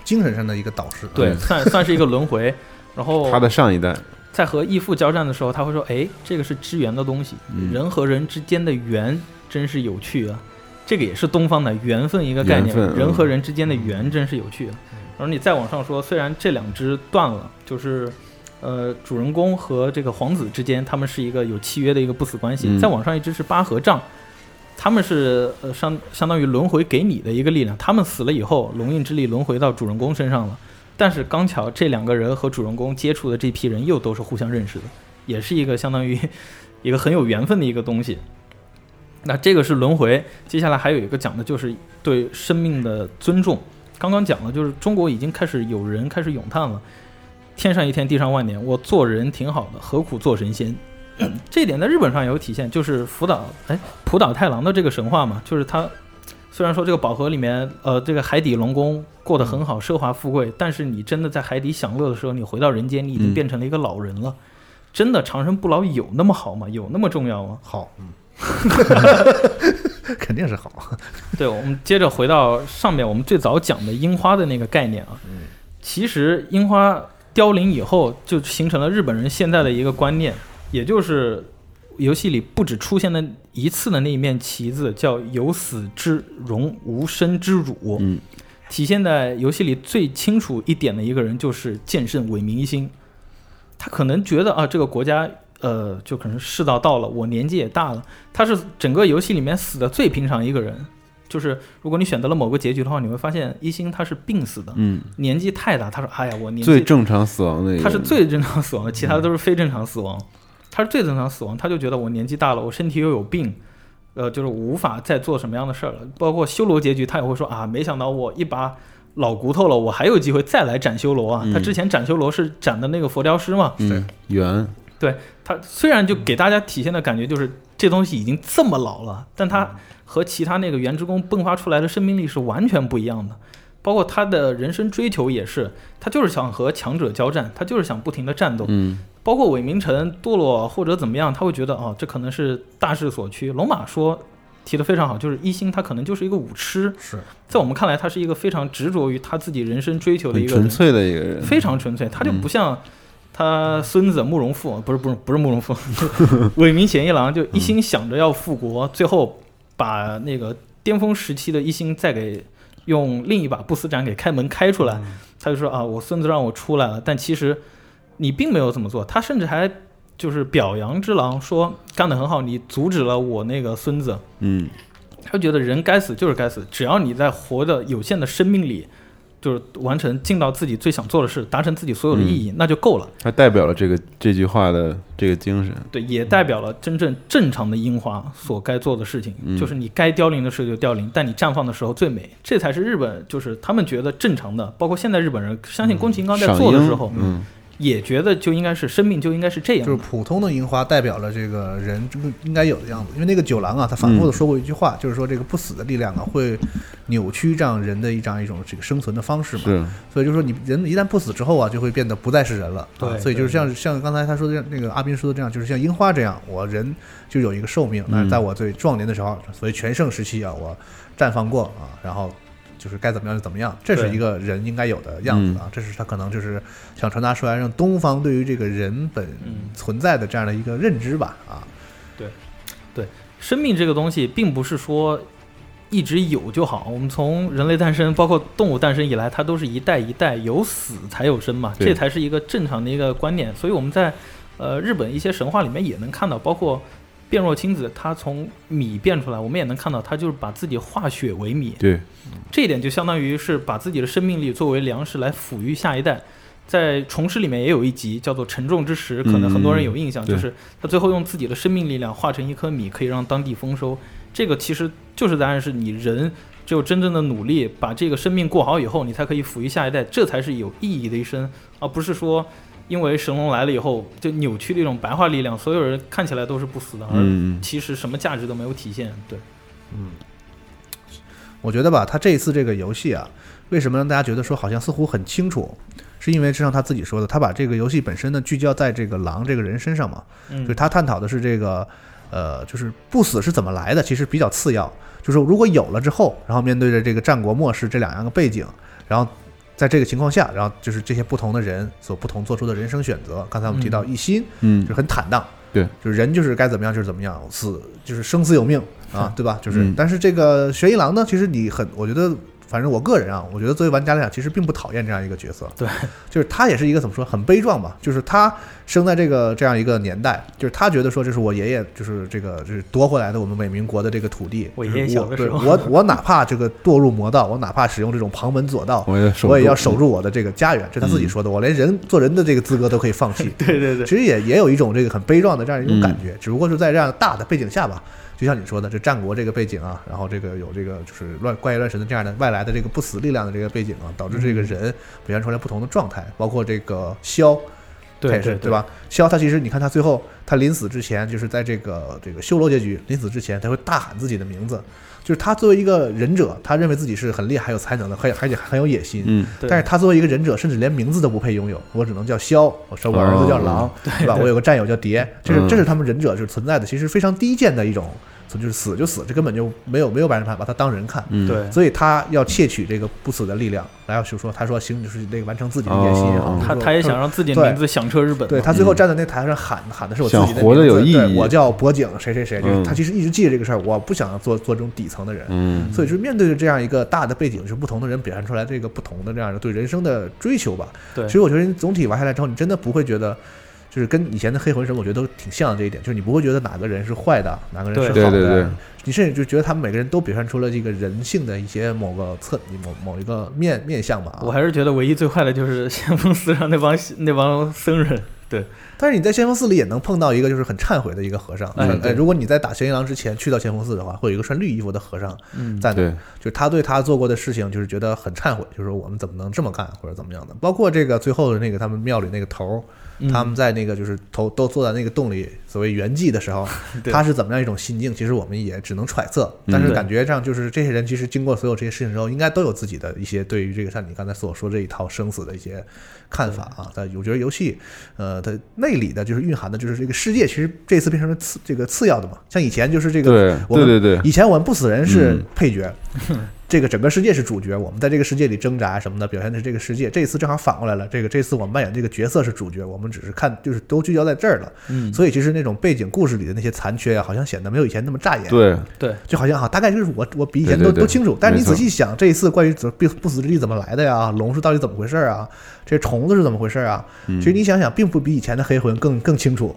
[SPEAKER 2] 精神上的一个导师。
[SPEAKER 3] 对，
[SPEAKER 1] 嗯
[SPEAKER 3] 算算是一个轮回。然后
[SPEAKER 1] 他的上一代，
[SPEAKER 3] 在和义父交战的时候，他会说：“哎，这个是支援的东西，
[SPEAKER 1] 嗯
[SPEAKER 3] 人和人之间的缘真是有趣啊！这个也是东方的缘分一个概
[SPEAKER 1] 缘
[SPEAKER 3] 念
[SPEAKER 1] 分，嗯嗯
[SPEAKER 3] 人和人之间的缘真是有趣、啊。”然后你再往上说，虽然这两只断了，就是呃，主人公和这个皇子之间，他们是一个有契约的一个不死关系。
[SPEAKER 1] 嗯
[SPEAKER 3] 再往上一只是八合杖，他们是呃相相当于轮回给你的一个力量，他们死了以后，龙印之力轮回到主人公身上了。但是刚巧这两个人和主人公接触的这批人又都是互相认识的，也是一个相当于一个很有缘分的一个东西。那这个是轮回，接下来还有一个讲的就是对生命的尊重。刚刚讲了，就是中国已经开始有人开始咏叹了：“天上一天，地上万年，我做人挺好的，何苦做神仙？”嗯这一点在日本上也有体现，就是福岛哎浦岛太郎的这个神话嘛，就是他虽然说这个宝盒里面呃这个海底龙宫过得很好，奢华富贵，但是你真的在海底享乐的时候，你回到人间，你已经
[SPEAKER 1] 嗯
[SPEAKER 3] 变成了一个老人了。真的长生不老有那么好吗？有那么重要吗？
[SPEAKER 2] 好，嗯，肯定是好。
[SPEAKER 3] 对，我们接着回到上面我们最早讲的樱花的那个概念啊。其实樱花凋零以后，就形成了日本人现在的一个观念，也就是游戏里不止出现了一次的那一面旗子，叫“有死之荣，无生之辱”。
[SPEAKER 1] 嗯，
[SPEAKER 3] 体现在游戏里最清楚一点的一个人就是剑圣韦明一心，他可能觉得啊，这个国家呃，就可能世道到了，我年纪也大了，他是整个游戏里面死的最平常一个人，就是如果你选择了某个结局的话，你会发现一星他是病死的，
[SPEAKER 1] 嗯，
[SPEAKER 3] 年纪太大，他说哎呀我年纪
[SPEAKER 1] 最正常死亡的一个，
[SPEAKER 3] 他是最正常死亡的，其他的都是非正常死亡。他是最正常死亡，他就觉得我年纪大了，我身体又有病，呃，就是无法再做什么样的事儿了。包括修罗结局，他也会说啊，没想到我一把老骨头了，我还有机会再来斩修罗啊。
[SPEAKER 1] 嗯
[SPEAKER 3] 他之前斩修罗是斩的那个佛雕师嘛，
[SPEAKER 1] 嗯圆，
[SPEAKER 3] 他虽然就给大家体现的感觉就是这东西已经这么老了，但它
[SPEAKER 1] 嗯
[SPEAKER 3] 和其他那个原职工迸发出来的生命力是完全不一样的。包括他的人生追求也是，他就是想和强者交战，他就是想不停的战斗。
[SPEAKER 1] 嗯
[SPEAKER 3] 包括韦明晨堕落或者怎么样，他会觉得哦，这可能是大势所趋。龙马说提的非常好，就是一心他可能就是一个舞痴，
[SPEAKER 2] 是
[SPEAKER 3] 在我们看来，他是一个非常执着于他自己人生追求的一
[SPEAKER 1] 很
[SPEAKER 3] 个人
[SPEAKER 1] 纯粹的一个人，
[SPEAKER 3] 非常纯粹，他就不像他孙子慕容复，不是不是不是慕容复， *laughs* 伟明贤一郎就一心想着要复国，最后把那个巅峰时期的一心再给用另一把不死斩给开门开出来，他就说啊，我孙子让我出来了，但其实你并没有这么做，他甚至还就是表扬之狼说干得很好，你阻止了我那个孙子，
[SPEAKER 1] 嗯
[SPEAKER 3] 他觉得人该死就是该死，只要你在活的有限的生命里，就是完成尽到自己最想做的事，达成自己所有的意
[SPEAKER 1] 嗯
[SPEAKER 3] 义，那就够了。
[SPEAKER 1] 他代表了这个这句话的这个精神，
[SPEAKER 3] 对，也代表了真正正常的樱花所该做的事情，
[SPEAKER 1] 嗯
[SPEAKER 3] 就是你该凋零的时候就凋零，但你绽放的时候最美，这才是日本，就是他们觉得正常的。包括现在日本人，相信宫崎英高在
[SPEAKER 1] 赏
[SPEAKER 3] 做的
[SPEAKER 1] 樱
[SPEAKER 3] 时候，
[SPEAKER 1] 嗯
[SPEAKER 3] 也觉得就应该是生命就应该是这样
[SPEAKER 2] 就
[SPEAKER 3] 的。
[SPEAKER 2] 是普通的樱花代表了这个人这个应该有的样子，因为那个九郎啊，他反复的说过一句话，就是说这个不死的力量啊，会扭曲这样人的一张一种这个生存的方式
[SPEAKER 3] 嗯
[SPEAKER 2] 嘛。
[SPEAKER 1] 是
[SPEAKER 2] 所以就是说你人一旦不死之后啊，就会变得不再是人了。
[SPEAKER 3] 对
[SPEAKER 2] 啊所以就是像像刚才他说的这样那个阿斌说的这样，就是像樱花这样，我人就有一个寿命，
[SPEAKER 3] 嗯
[SPEAKER 2] 但是在我最壮年的时候，所谓全盛时期啊，我绽放过啊，然后。就是该怎么样就怎么样，这是
[SPEAKER 3] 对嗯
[SPEAKER 2] 一个人应该有的样子啊！这是他可能就是想传达出来，让东方对于这个人本
[SPEAKER 3] 嗯
[SPEAKER 2] 存在的这样的一个认知吧啊！
[SPEAKER 3] 生命这个东西，并不是说一直有就好。我们从人类诞生，包括动物诞生以来，它都是一代一代有死才有生嘛，
[SPEAKER 1] 对
[SPEAKER 3] 这才是一个正常的一个观念。所以我们在呃日本一些神话里面也能看到，包括变若亲子，她从米变出来，我们也能看到，她就是把自己化血为米，
[SPEAKER 1] 对，
[SPEAKER 3] 这一点就相当于是把自己的生命力作为粮食来抚育下一代。在《虫师》里面也有一集叫做《沉重之时》，可能很多人有印象，
[SPEAKER 1] 嗯对
[SPEAKER 3] 就是他最后用自己的生命力量化成一颗米，可以让当地丰收。这个其实就是在暗示你人只有真正的努力，把这个生命过好以后，你才可以抚育下一代，这才是有意义的一生，而不是说因为神龙来了以后就扭曲的一种白化力量，所有人看起来都是不死的，而
[SPEAKER 1] 嗯嗯
[SPEAKER 3] 其实什么价值都没有体现。对，
[SPEAKER 2] 我觉得吧，他这一次这个游戏啊，为什么让大家觉得说好像似乎很清楚，是因为就像他自己说的，他把这个游戏本身呢聚焦在这个狼这个人身上嘛，
[SPEAKER 3] 嗯
[SPEAKER 2] 就是，他探讨的是这个，呃，就是不死是怎么来的，其实比较次要。就是如果有了之后，然后面对着这个战国末世这两样的背景，然后在这个情况下，然后就是这些不同的人所不同做出的人生选择。刚才我们提到一心，
[SPEAKER 1] 嗯
[SPEAKER 2] 就是很坦荡。
[SPEAKER 1] 对，
[SPEAKER 2] 就是人就是该怎么样就是怎么样，死就是生死有命啊，对吧？就是，
[SPEAKER 1] 嗯
[SPEAKER 2] 但是这个玄一郎呢，其实你很，我觉得，反正我个人啊，我觉得作为玩家来讲，其实并不讨厌这样一个角色。
[SPEAKER 3] 对，
[SPEAKER 2] 就是他也是一个怎么说，很悲壮吧，就是他生在这个这样一个年代，就是他觉得说，这是我爷爷，就是这个就是夺回来的我们伪民国的这个土地。
[SPEAKER 3] 我爷爷
[SPEAKER 2] 就是
[SPEAKER 3] 小的
[SPEAKER 2] 对
[SPEAKER 3] 时候
[SPEAKER 2] 我我哪怕这个堕入魔道，我哪怕使用这种旁门左道。
[SPEAKER 1] 我也守
[SPEAKER 2] 我也要
[SPEAKER 1] 住
[SPEAKER 2] 守住我的这个家园，这是他自
[SPEAKER 3] 嗯
[SPEAKER 2] 己说的。我连人做人的这个资格都可以放弃，
[SPEAKER 3] 对对嗯对，
[SPEAKER 2] 其实也也有一种这个很悲壮的这样一种感觉，只不过是在这样大的背景下吧，就像你说的，这战国这个背景啊，然后这个有这个就是乱怪异乱神的这样的外来的这个不死力量的这个背景啊，导致这
[SPEAKER 3] 嗯
[SPEAKER 2] 个人表现出来不同的状态，包括这个萧，他
[SPEAKER 3] 对
[SPEAKER 2] 也是
[SPEAKER 3] 对
[SPEAKER 2] 对？吧？萧他其实你看他最后他临死之前，就是在这个这个修罗结局临死之前，他会大喊自己的名字，就是他作为一个忍者，他认为自己是很厉害、有才能的，还而且很有野心，
[SPEAKER 1] 嗯
[SPEAKER 3] 对
[SPEAKER 2] 但是他作为一个忍者，甚至连名字都不配拥有，我只能叫枭，我说我儿子叫狼，
[SPEAKER 1] 哦
[SPEAKER 2] 对吧？我有个战友叫蝶，这
[SPEAKER 1] 嗯
[SPEAKER 2] 是这是他们忍者就是存在的，其实非常低贱的一种，就是死就死，这根本就没有没有把人把把他当人看。
[SPEAKER 1] 嗯
[SPEAKER 3] 对，
[SPEAKER 2] 所以他要窃取这个不死的力量，然后就说他说行，就是那个完成自己的野心啊
[SPEAKER 1] 哦。嗯
[SPEAKER 3] 他他也想让自己的
[SPEAKER 2] 对
[SPEAKER 3] 名字响彻日本嘛。
[SPEAKER 2] 对他最后站在那台上喊喊的是我自己的
[SPEAKER 1] 想活得有
[SPEAKER 2] 名字对
[SPEAKER 1] 意义
[SPEAKER 2] 我叫博景谁谁谁，就是
[SPEAKER 1] 嗯
[SPEAKER 2] 他其实一直记着这个事儿，我不想做做这种底层的人。
[SPEAKER 1] 嗯
[SPEAKER 2] 所以就是面对着这样一个大的背景，就是不同的人表现出来这个不同的这样的对人生的追求吧。
[SPEAKER 3] 对
[SPEAKER 2] 其实我觉得你总体玩下来之后，你真的不会觉得就是跟以前的黑魂什么，我觉得都挺像这一点，就是你不会觉得哪个人是坏的，哪个人是好
[SPEAKER 1] 对
[SPEAKER 2] 的，
[SPEAKER 1] 对对，
[SPEAKER 2] 你甚至就觉得他们每个人都表现出了这个人性的一些某个侧某某一个面面相吧、啊。
[SPEAKER 3] 我还是觉得唯一最坏的就是先锋寺上那帮那帮僧人，对，
[SPEAKER 2] 但是你在先锋寺里也能碰到一个就是很忏悔的一个和尚。
[SPEAKER 3] 哎
[SPEAKER 2] 就是
[SPEAKER 3] 对
[SPEAKER 2] 如果你在打玄一郎之前去到先锋寺的话，会有一个穿绿衣服的和尚
[SPEAKER 3] 嗯，
[SPEAKER 2] 在那，
[SPEAKER 1] 对，
[SPEAKER 2] 就是他对他做过的事情，就是觉得很忏悔，就是说我们怎么能这么干或者怎么样的。包括这个最后的那个他们庙里那个头
[SPEAKER 3] 嗯
[SPEAKER 2] 儿，他们在那个就是头都坐在那个洞里，所谓圆寂的时候，
[SPEAKER 3] *laughs* 对嗯
[SPEAKER 2] 他是怎么样一种心境，其实我们也只能揣测。但是
[SPEAKER 3] 对
[SPEAKER 2] 感觉上就是这些人其实经过所有这些事情之后，应该都有自己的一些对于这个像你刚才所说这一套生死的一些看法啊。但我觉得游戏呃它内里的就是蕴含的就是这个世界，其实这次变成了次这个次要的嘛。像以前就是这个
[SPEAKER 1] 对
[SPEAKER 2] 我们
[SPEAKER 1] 对对对
[SPEAKER 2] 以前我们不死人是
[SPEAKER 1] 嗯
[SPEAKER 2] 配角，这个整个世界是主角，我们在这个世界里挣扎什么的，表现的是这个世界。这次正好反过来了，这个这次我们扮演这个角色是主角，我们只是看就是都聚焦在这儿了。
[SPEAKER 3] 嗯，
[SPEAKER 2] 所以其实那种背景故事里的那些残缺啊，好像显得没有以前那么扎眼。
[SPEAKER 1] 对，
[SPEAKER 3] 对，
[SPEAKER 2] 就好像哈，大概就是我我比以前
[SPEAKER 1] 对
[SPEAKER 2] 都
[SPEAKER 1] 对对
[SPEAKER 2] 都清楚。但是你
[SPEAKER 1] 没错
[SPEAKER 2] 仔细想，这一次关于怎不不死之力怎么来的呀？龙是到底怎么回事儿啊？这虫子是怎么回事儿啊？
[SPEAKER 1] 嗯
[SPEAKER 2] 其实你想想，并不比以前的黑魂更更清楚，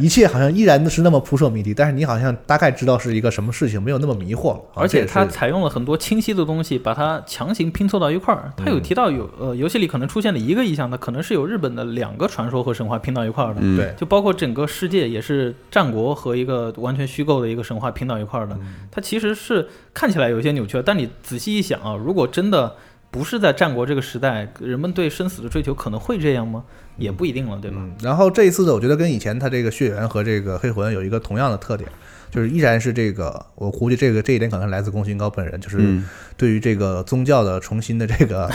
[SPEAKER 2] 一切好像依然是那么扑朔迷离。但是你好像大概知道是一个什么事情，没有那么迷惑了。啊
[SPEAKER 3] 而
[SPEAKER 2] 这
[SPEAKER 3] 且
[SPEAKER 2] 也
[SPEAKER 3] 它
[SPEAKER 2] 是
[SPEAKER 3] 采用了很多清晰的东西，把它强行拼凑到一块儿。它有
[SPEAKER 2] 嗯
[SPEAKER 3] 提到有呃，游戏里可能出现的一个意象，它可能是有日本的两个传说和神话拼到一块儿的，
[SPEAKER 1] 嗯，
[SPEAKER 2] 对
[SPEAKER 3] 就包括整个世界也是战国和一个完全虚构的一个神话拼到一块儿的。
[SPEAKER 2] 嗯
[SPEAKER 3] 它其实是看起来有一些扭曲，但你仔细一想啊，如果真的不是在战国这个时代，人们对生死的追求可能会这样吗？也不一定了，对吧？
[SPEAKER 2] 嗯，然后这一次的，我觉得跟以前它这个血缘和这个黑魂有一个同样的特点，就是依然是这个，我估计这个这一点可能来自宫崎英高本人，就是
[SPEAKER 1] 嗯，
[SPEAKER 2] 对于这个宗教的重新的这个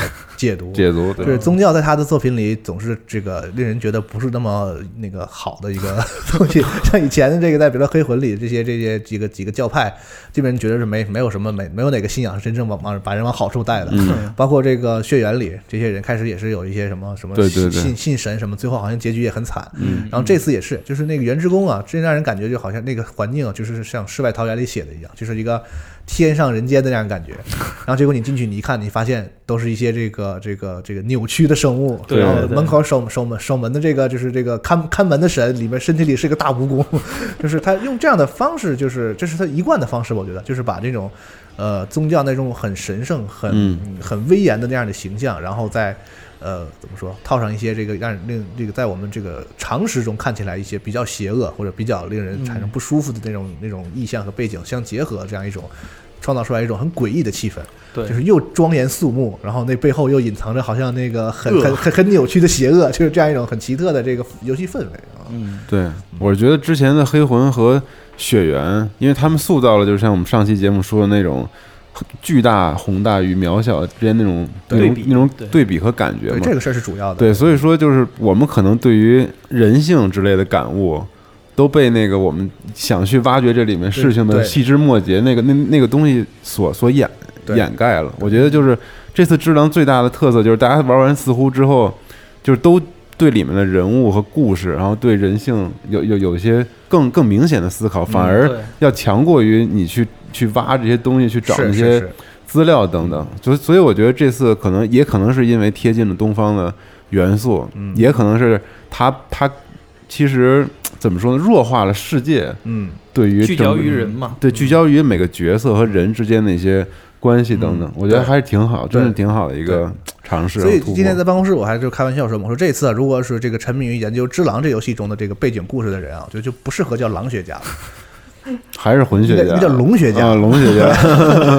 [SPEAKER 1] *laughs*
[SPEAKER 2] 解读。
[SPEAKER 1] 解读
[SPEAKER 2] 就
[SPEAKER 1] 对
[SPEAKER 2] 是宗教在他的作品里总是这个令人觉得不是那么那个好的一个 *laughs* 东西，像以前的这个在比如说黑魂里这些这些几个几个教派，基本上觉得是没没有什么没没有哪个信仰是真正往往把人往好处带的，
[SPEAKER 1] 嗯
[SPEAKER 2] 包括这个血缘里这些人开始也是有一些什么什么
[SPEAKER 1] 对对
[SPEAKER 2] 信
[SPEAKER 1] 对
[SPEAKER 2] 信信神什么，最后好像结局也很惨，
[SPEAKER 1] 嗯
[SPEAKER 2] 然后这次也是，就是那个原职工啊，真让人感觉就好像那个环境啊，就是像世外桃源里写的一样，就是一个天上人间的那样的感觉。然后结果你进去，你一看，你发现都是一些这个这个这个扭曲的生物。
[SPEAKER 3] 对
[SPEAKER 2] 然后
[SPEAKER 3] 对对
[SPEAKER 2] 门口守守门守门的这个就是这个看看门的神，里面身体里是个大蜈蚣， *laughs* 就是他用这样的方式，就是这是他一贯的方式，我觉得就是把这种。呃，宗教那种很神圣、很、
[SPEAKER 1] 嗯
[SPEAKER 2] 很威严的那样的形象，然后再呃，怎么说，套上一些这个让人令这个在我们这个常识中看起来一些比较邪恶或者比较令人产生不舒服的那种、那种意象和背景相结合，这样一种创造出来一种很诡异的气氛，
[SPEAKER 3] 对，
[SPEAKER 2] 就是又庄严肃穆，然后那背后又隐藏着好像那个很
[SPEAKER 3] 恶
[SPEAKER 2] 很很很扭曲的邪恶，就是这样一种很奇特的这个游戏氛围啊。
[SPEAKER 3] 嗯，
[SPEAKER 1] 对，我觉得之前的黑魂和血缘，因为他们塑造了，就是像我们上期节目说的那种巨大宏大与渺小之间那种那
[SPEAKER 3] 对
[SPEAKER 1] 种
[SPEAKER 3] 比
[SPEAKER 1] 那种
[SPEAKER 3] 对
[SPEAKER 1] 对比和感觉
[SPEAKER 2] 对
[SPEAKER 1] 嘛。
[SPEAKER 2] 这个事儿是主要的，
[SPEAKER 1] 对，所以说就是我们可能对于人性之类的感悟，都被那个我们想去挖掘这里面事情
[SPEAKER 2] 对
[SPEAKER 1] 的
[SPEAKER 2] 对
[SPEAKER 1] 细枝末节那个那那个东西所所掩
[SPEAKER 2] 对
[SPEAKER 1] 掩盖了。我觉得就是这次《只狼》最大的特色就是大家玩完似乎之后，就是都对里面的人物和故事，然后对人性有有有一些更更明显的思考，反而
[SPEAKER 3] 对
[SPEAKER 1] 要强过于你去去挖这些东西，去找
[SPEAKER 2] 是
[SPEAKER 1] 那
[SPEAKER 2] 是
[SPEAKER 1] 些
[SPEAKER 2] 是
[SPEAKER 1] 资料等等，所以所以我觉得这次可能也可能是因为贴近了东方的元素，
[SPEAKER 2] 嗯
[SPEAKER 1] 也可能是它它其实怎么说呢，弱化了世界
[SPEAKER 2] 嗯，
[SPEAKER 1] 对于
[SPEAKER 3] 聚
[SPEAKER 1] 整
[SPEAKER 3] 焦
[SPEAKER 1] 个
[SPEAKER 3] 于人嘛，
[SPEAKER 1] 对聚焦于每个角色和人之间的一些关系等等，
[SPEAKER 2] 嗯
[SPEAKER 1] 我觉得
[SPEAKER 2] 对
[SPEAKER 1] 还是挺好，真的
[SPEAKER 2] 对
[SPEAKER 1] 挺好的一个尝试和
[SPEAKER 2] 所
[SPEAKER 1] 突
[SPEAKER 2] 以
[SPEAKER 1] 破。
[SPEAKER 2] 今天在办公室，我还就开玩笑说嘛，我说这次啊，如果是这个沉迷于研究《只狼》这游戏中的这个背景故事的人啊，我觉得就不适合叫狼学
[SPEAKER 1] *laughs*
[SPEAKER 2] 家了。
[SPEAKER 1] 还是混血
[SPEAKER 2] 那
[SPEAKER 1] 家，
[SPEAKER 2] 那叫龙学家
[SPEAKER 1] 啊，龙学家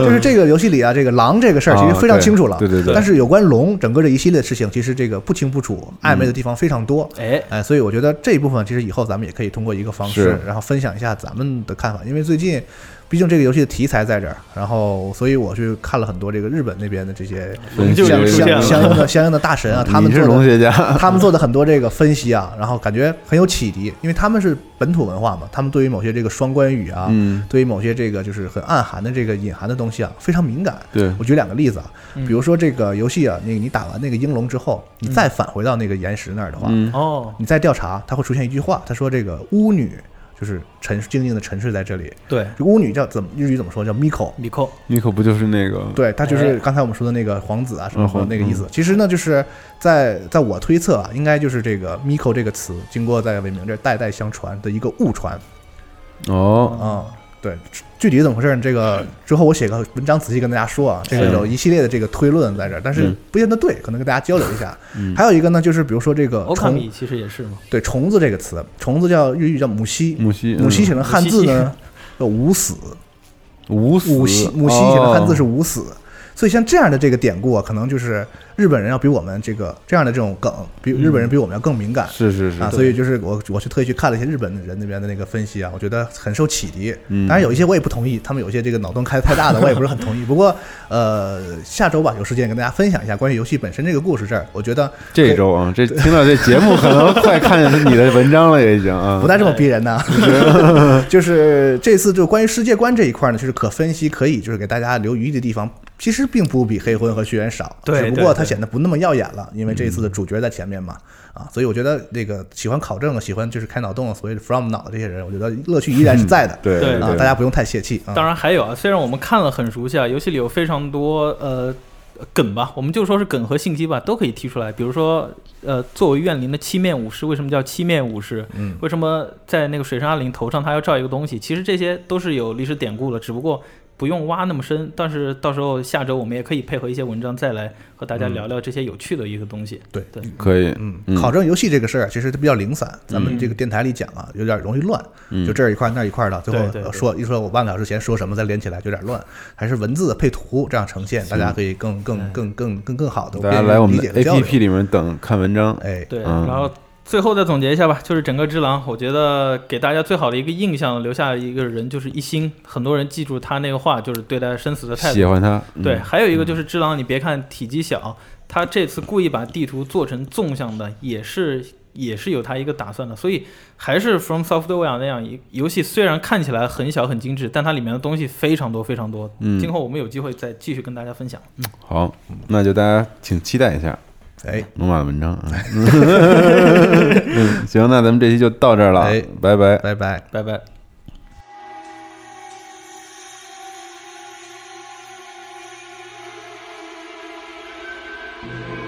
[SPEAKER 2] 就是这个游戏里啊，这个狼这个 *laughs* 事儿其实
[SPEAKER 1] 啊
[SPEAKER 2] 非常清楚了，
[SPEAKER 1] 对对对对
[SPEAKER 2] 但是有关龙整个这一系列的事情，其实这个不清不楚，暧昧的地方非常多。
[SPEAKER 3] 哎，
[SPEAKER 2] 哎，所以我觉得这一部分其实以后咱们也可以通过一个方式
[SPEAKER 1] 是，
[SPEAKER 2] 然后分享一下咱们的看法，因为最近。毕竟这个游戏的题材在这儿，然后所以我去看了很多这个日本那边的这些
[SPEAKER 1] 龙
[SPEAKER 3] 就
[SPEAKER 2] 相
[SPEAKER 3] 出现
[SPEAKER 2] 相相
[SPEAKER 3] 了
[SPEAKER 2] 应的相应的大神啊，他们
[SPEAKER 1] 你是
[SPEAKER 2] 做的
[SPEAKER 1] 龙学家，
[SPEAKER 2] 他们做的很多这个分析啊，然后感觉很有启迪，因为他们是本土文化嘛，他们对于某些这个双关语啊，
[SPEAKER 1] 嗯，
[SPEAKER 2] 对于某些这个就是很暗含的这个隐含的东西啊，非常敏感。
[SPEAKER 1] 对
[SPEAKER 2] 我举两个例子啊，
[SPEAKER 3] 嗯
[SPEAKER 2] 比如说这个游戏啊，那个你打完那个英龙之后，你再返回到那个岩石那儿的话，
[SPEAKER 1] 嗯
[SPEAKER 3] 哦，
[SPEAKER 2] 你再调查，它会出现一句话，他说这个巫女。就是沉静静的沉睡在这里。
[SPEAKER 3] 对
[SPEAKER 2] 这个巫女叫怎么日语怎么说？叫 Miko。
[SPEAKER 3] 米蔻，
[SPEAKER 1] 你可不就是那个
[SPEAKER 2] 对，它
[SPEAKER 1] 哎
[SPEAKER 2] 就是刚才我们说的那个皇子啊什么
[SPEAKER 1] 嗯
[SPEAKER 2] 的那个意思。其实呢，就是在在我推测啊，应该就是这个 Miko 这个词经过在伟明这儿代代相传的一个误传
[SPEAKER 1] 哦，
[SPEAKER 2] 啊、对，具体怎么回事呢？这个之后我写个文章仔细跟大家说啊，这个
[SPEAKER 1] 是
[SPEAKER 2] 有一系列的这个推论在这儿，但是
[SPEAKER 1] 嗯
[SPEAKER 2] 不见得对，可能跟大家交流一下。
[SPEAKER 1] 嗯
[SPEAKER 2] 还有一个呢，就是比如说这个
[SPEAKER 3] 欧卡
[SPEAKER 2] 虫
[SPEAKER 3] 米其实也是嘛，
[SPEAKER 2] 对虫子这个词，虫子叫日语叫母蜥，
[SPEAKER 1] 母西
[SPEAKER 2] 母蜥
[SPEAKER 1] 嗯
[SPEAKER 2] 写成汉字呢叫无死，
[SPEAKER 1] 无死
[SPEAKER 2] 母蜥母蜥写的汉字是
[SPEAKER 1] 哦
[SPEAKER 2] 无死，所以像这样的这个典故啊，可能就是日本人要比我们这个这样的这种梗，比日本人比我们要更敏感、
[SPEAKER 1] 是是是
[SPEAKER 2] 啊，所以就是我我去特意去看了一些日本人那边的那个分析啊，我觉得很受启迪。
[SPEAKER 1] 嗯
[SPEAKER 2] 当然有一些我也不同意，他们有些这个脑洞开得太大的，我也不是很同意。不过呃，下周吧有时间跟大家分享一下关于游戏本身这个故事这儿，我觉得
[SPEAKER 1] 这周啊，这听到这节目可能快看见你的文章了，也已经啊
[SPEAKER 2] *laughs* 不，带这么逼人呢。
[SPEAKER 3] *laughs*
[SPEAKER 2] *laughs* 就是这次就关于世界观这一块呢，就是可分析可以就是给大家留余地的地方，其实并不比黑魂和血缘少，
[SPEAKER 3] 对
[SPEAKER 2] 只不过
[SPEAKER 3] 对
[SPEAKER 2] 它
[SPEAKER 3] 对嗯
[SPEAKER 2] 显得不那么耀眼了，因为这一次的主角在前面嘛，啊，所以我觉得那个喜欢考证啊，喜欢就是开脑洞啊，所谓的 from 脑的这些人，我觉得乐趣依然是在的。
[SPEAKER 1] 对
[SPEAKER 3] 嗯对
[SPEAKER 2] 啊，大家不用太泄气啊。
[SPEAKER 3] 当然还有啊，虽然我们看了很熟悉啊，游戏里有非常多呃梗吧，我们就说是梗和信息吧，都可以提出来。比如说，呃，作为怨灵的七面武士，为什么叫七面武士？
[SPEAKER 2] 嗯，
[SPEAKER 3] 为什么在那个水上阿灵头上他要罩一个东西？其实这些都是有历史典故的，只不过不用挖那么深。但是到时候下周我们也可以配合一些文章再来和大家聊聊这些有趣的一个东西。
[SPEAKER 2] 对
[SPEAKER 3] 对，
[SPEAKER 1] 可以，
[SPEAKER 2] 嗯，考证游戏这个事儿其实比较零散，
[SPEAKER 1] 嗯
[SPEAKER 2] 咱们这个电台里讲啊，有点容易乱，就这儿一块儿那儿一块儿的，最后
[SPEAKER 3] 对对对
[SPEAKER 2] 呃说一说我半个小时前说什么，再连起来就有点乱，还是文字配图这样呈现，大家可以更更更更更更好的
[SPEAKER 1] 大家来我们
[SPEAKER 2] 理
[SPEAKER 1] 的
[SPEAKER 2] 解和交
[SPEAKER 1] APP
[SPEAKER 2] 流。
[SPEAKER 1] 里面等看文章，
[SPEAKER 2] 哎，
[SPEAKER 3] 对，
[SPEAKER 1] 嗯
[SPEAKER 3] 然后最后再总结一下吧，就是整个《只狼》，我觉得给大家最好的一个印象，留下一个人就是一心，很多人记住他那个话，就是对待生死的态
[SPEAKER 1] 喜
[SPEAKER 3] 度。
[SPEAKER 1] 欢他，嗯
[SPEAKER 3] 对，，还有一个就是《只狼》，你别看体积小，他这次故意把地图做成纵向的，也是。也是有他一个打算的，所以还是 From Software 那样一游戏，虽然看起来很小很精致，但它里面的东西非常多非常多。
[SPEAKER 1] 嗯
[SPEAKER 3] 今后我们有机会再继续跟大家分享。
[SPEAKER 1] 好，嗯那就大家请期待一下
[SPEAKER 2] 哎，
[SPEAKER 1] 龙马的文章啊。 *laughs* 嗯行，那咱们这期就到这儿了啊
[SPEAKER 2] 哎，
[SPEAKER 1] 拜拜。
[SPEAKER 2] 拜拜。
[SPEAKER 3] 拜拜。
[SPEAKER 5] 「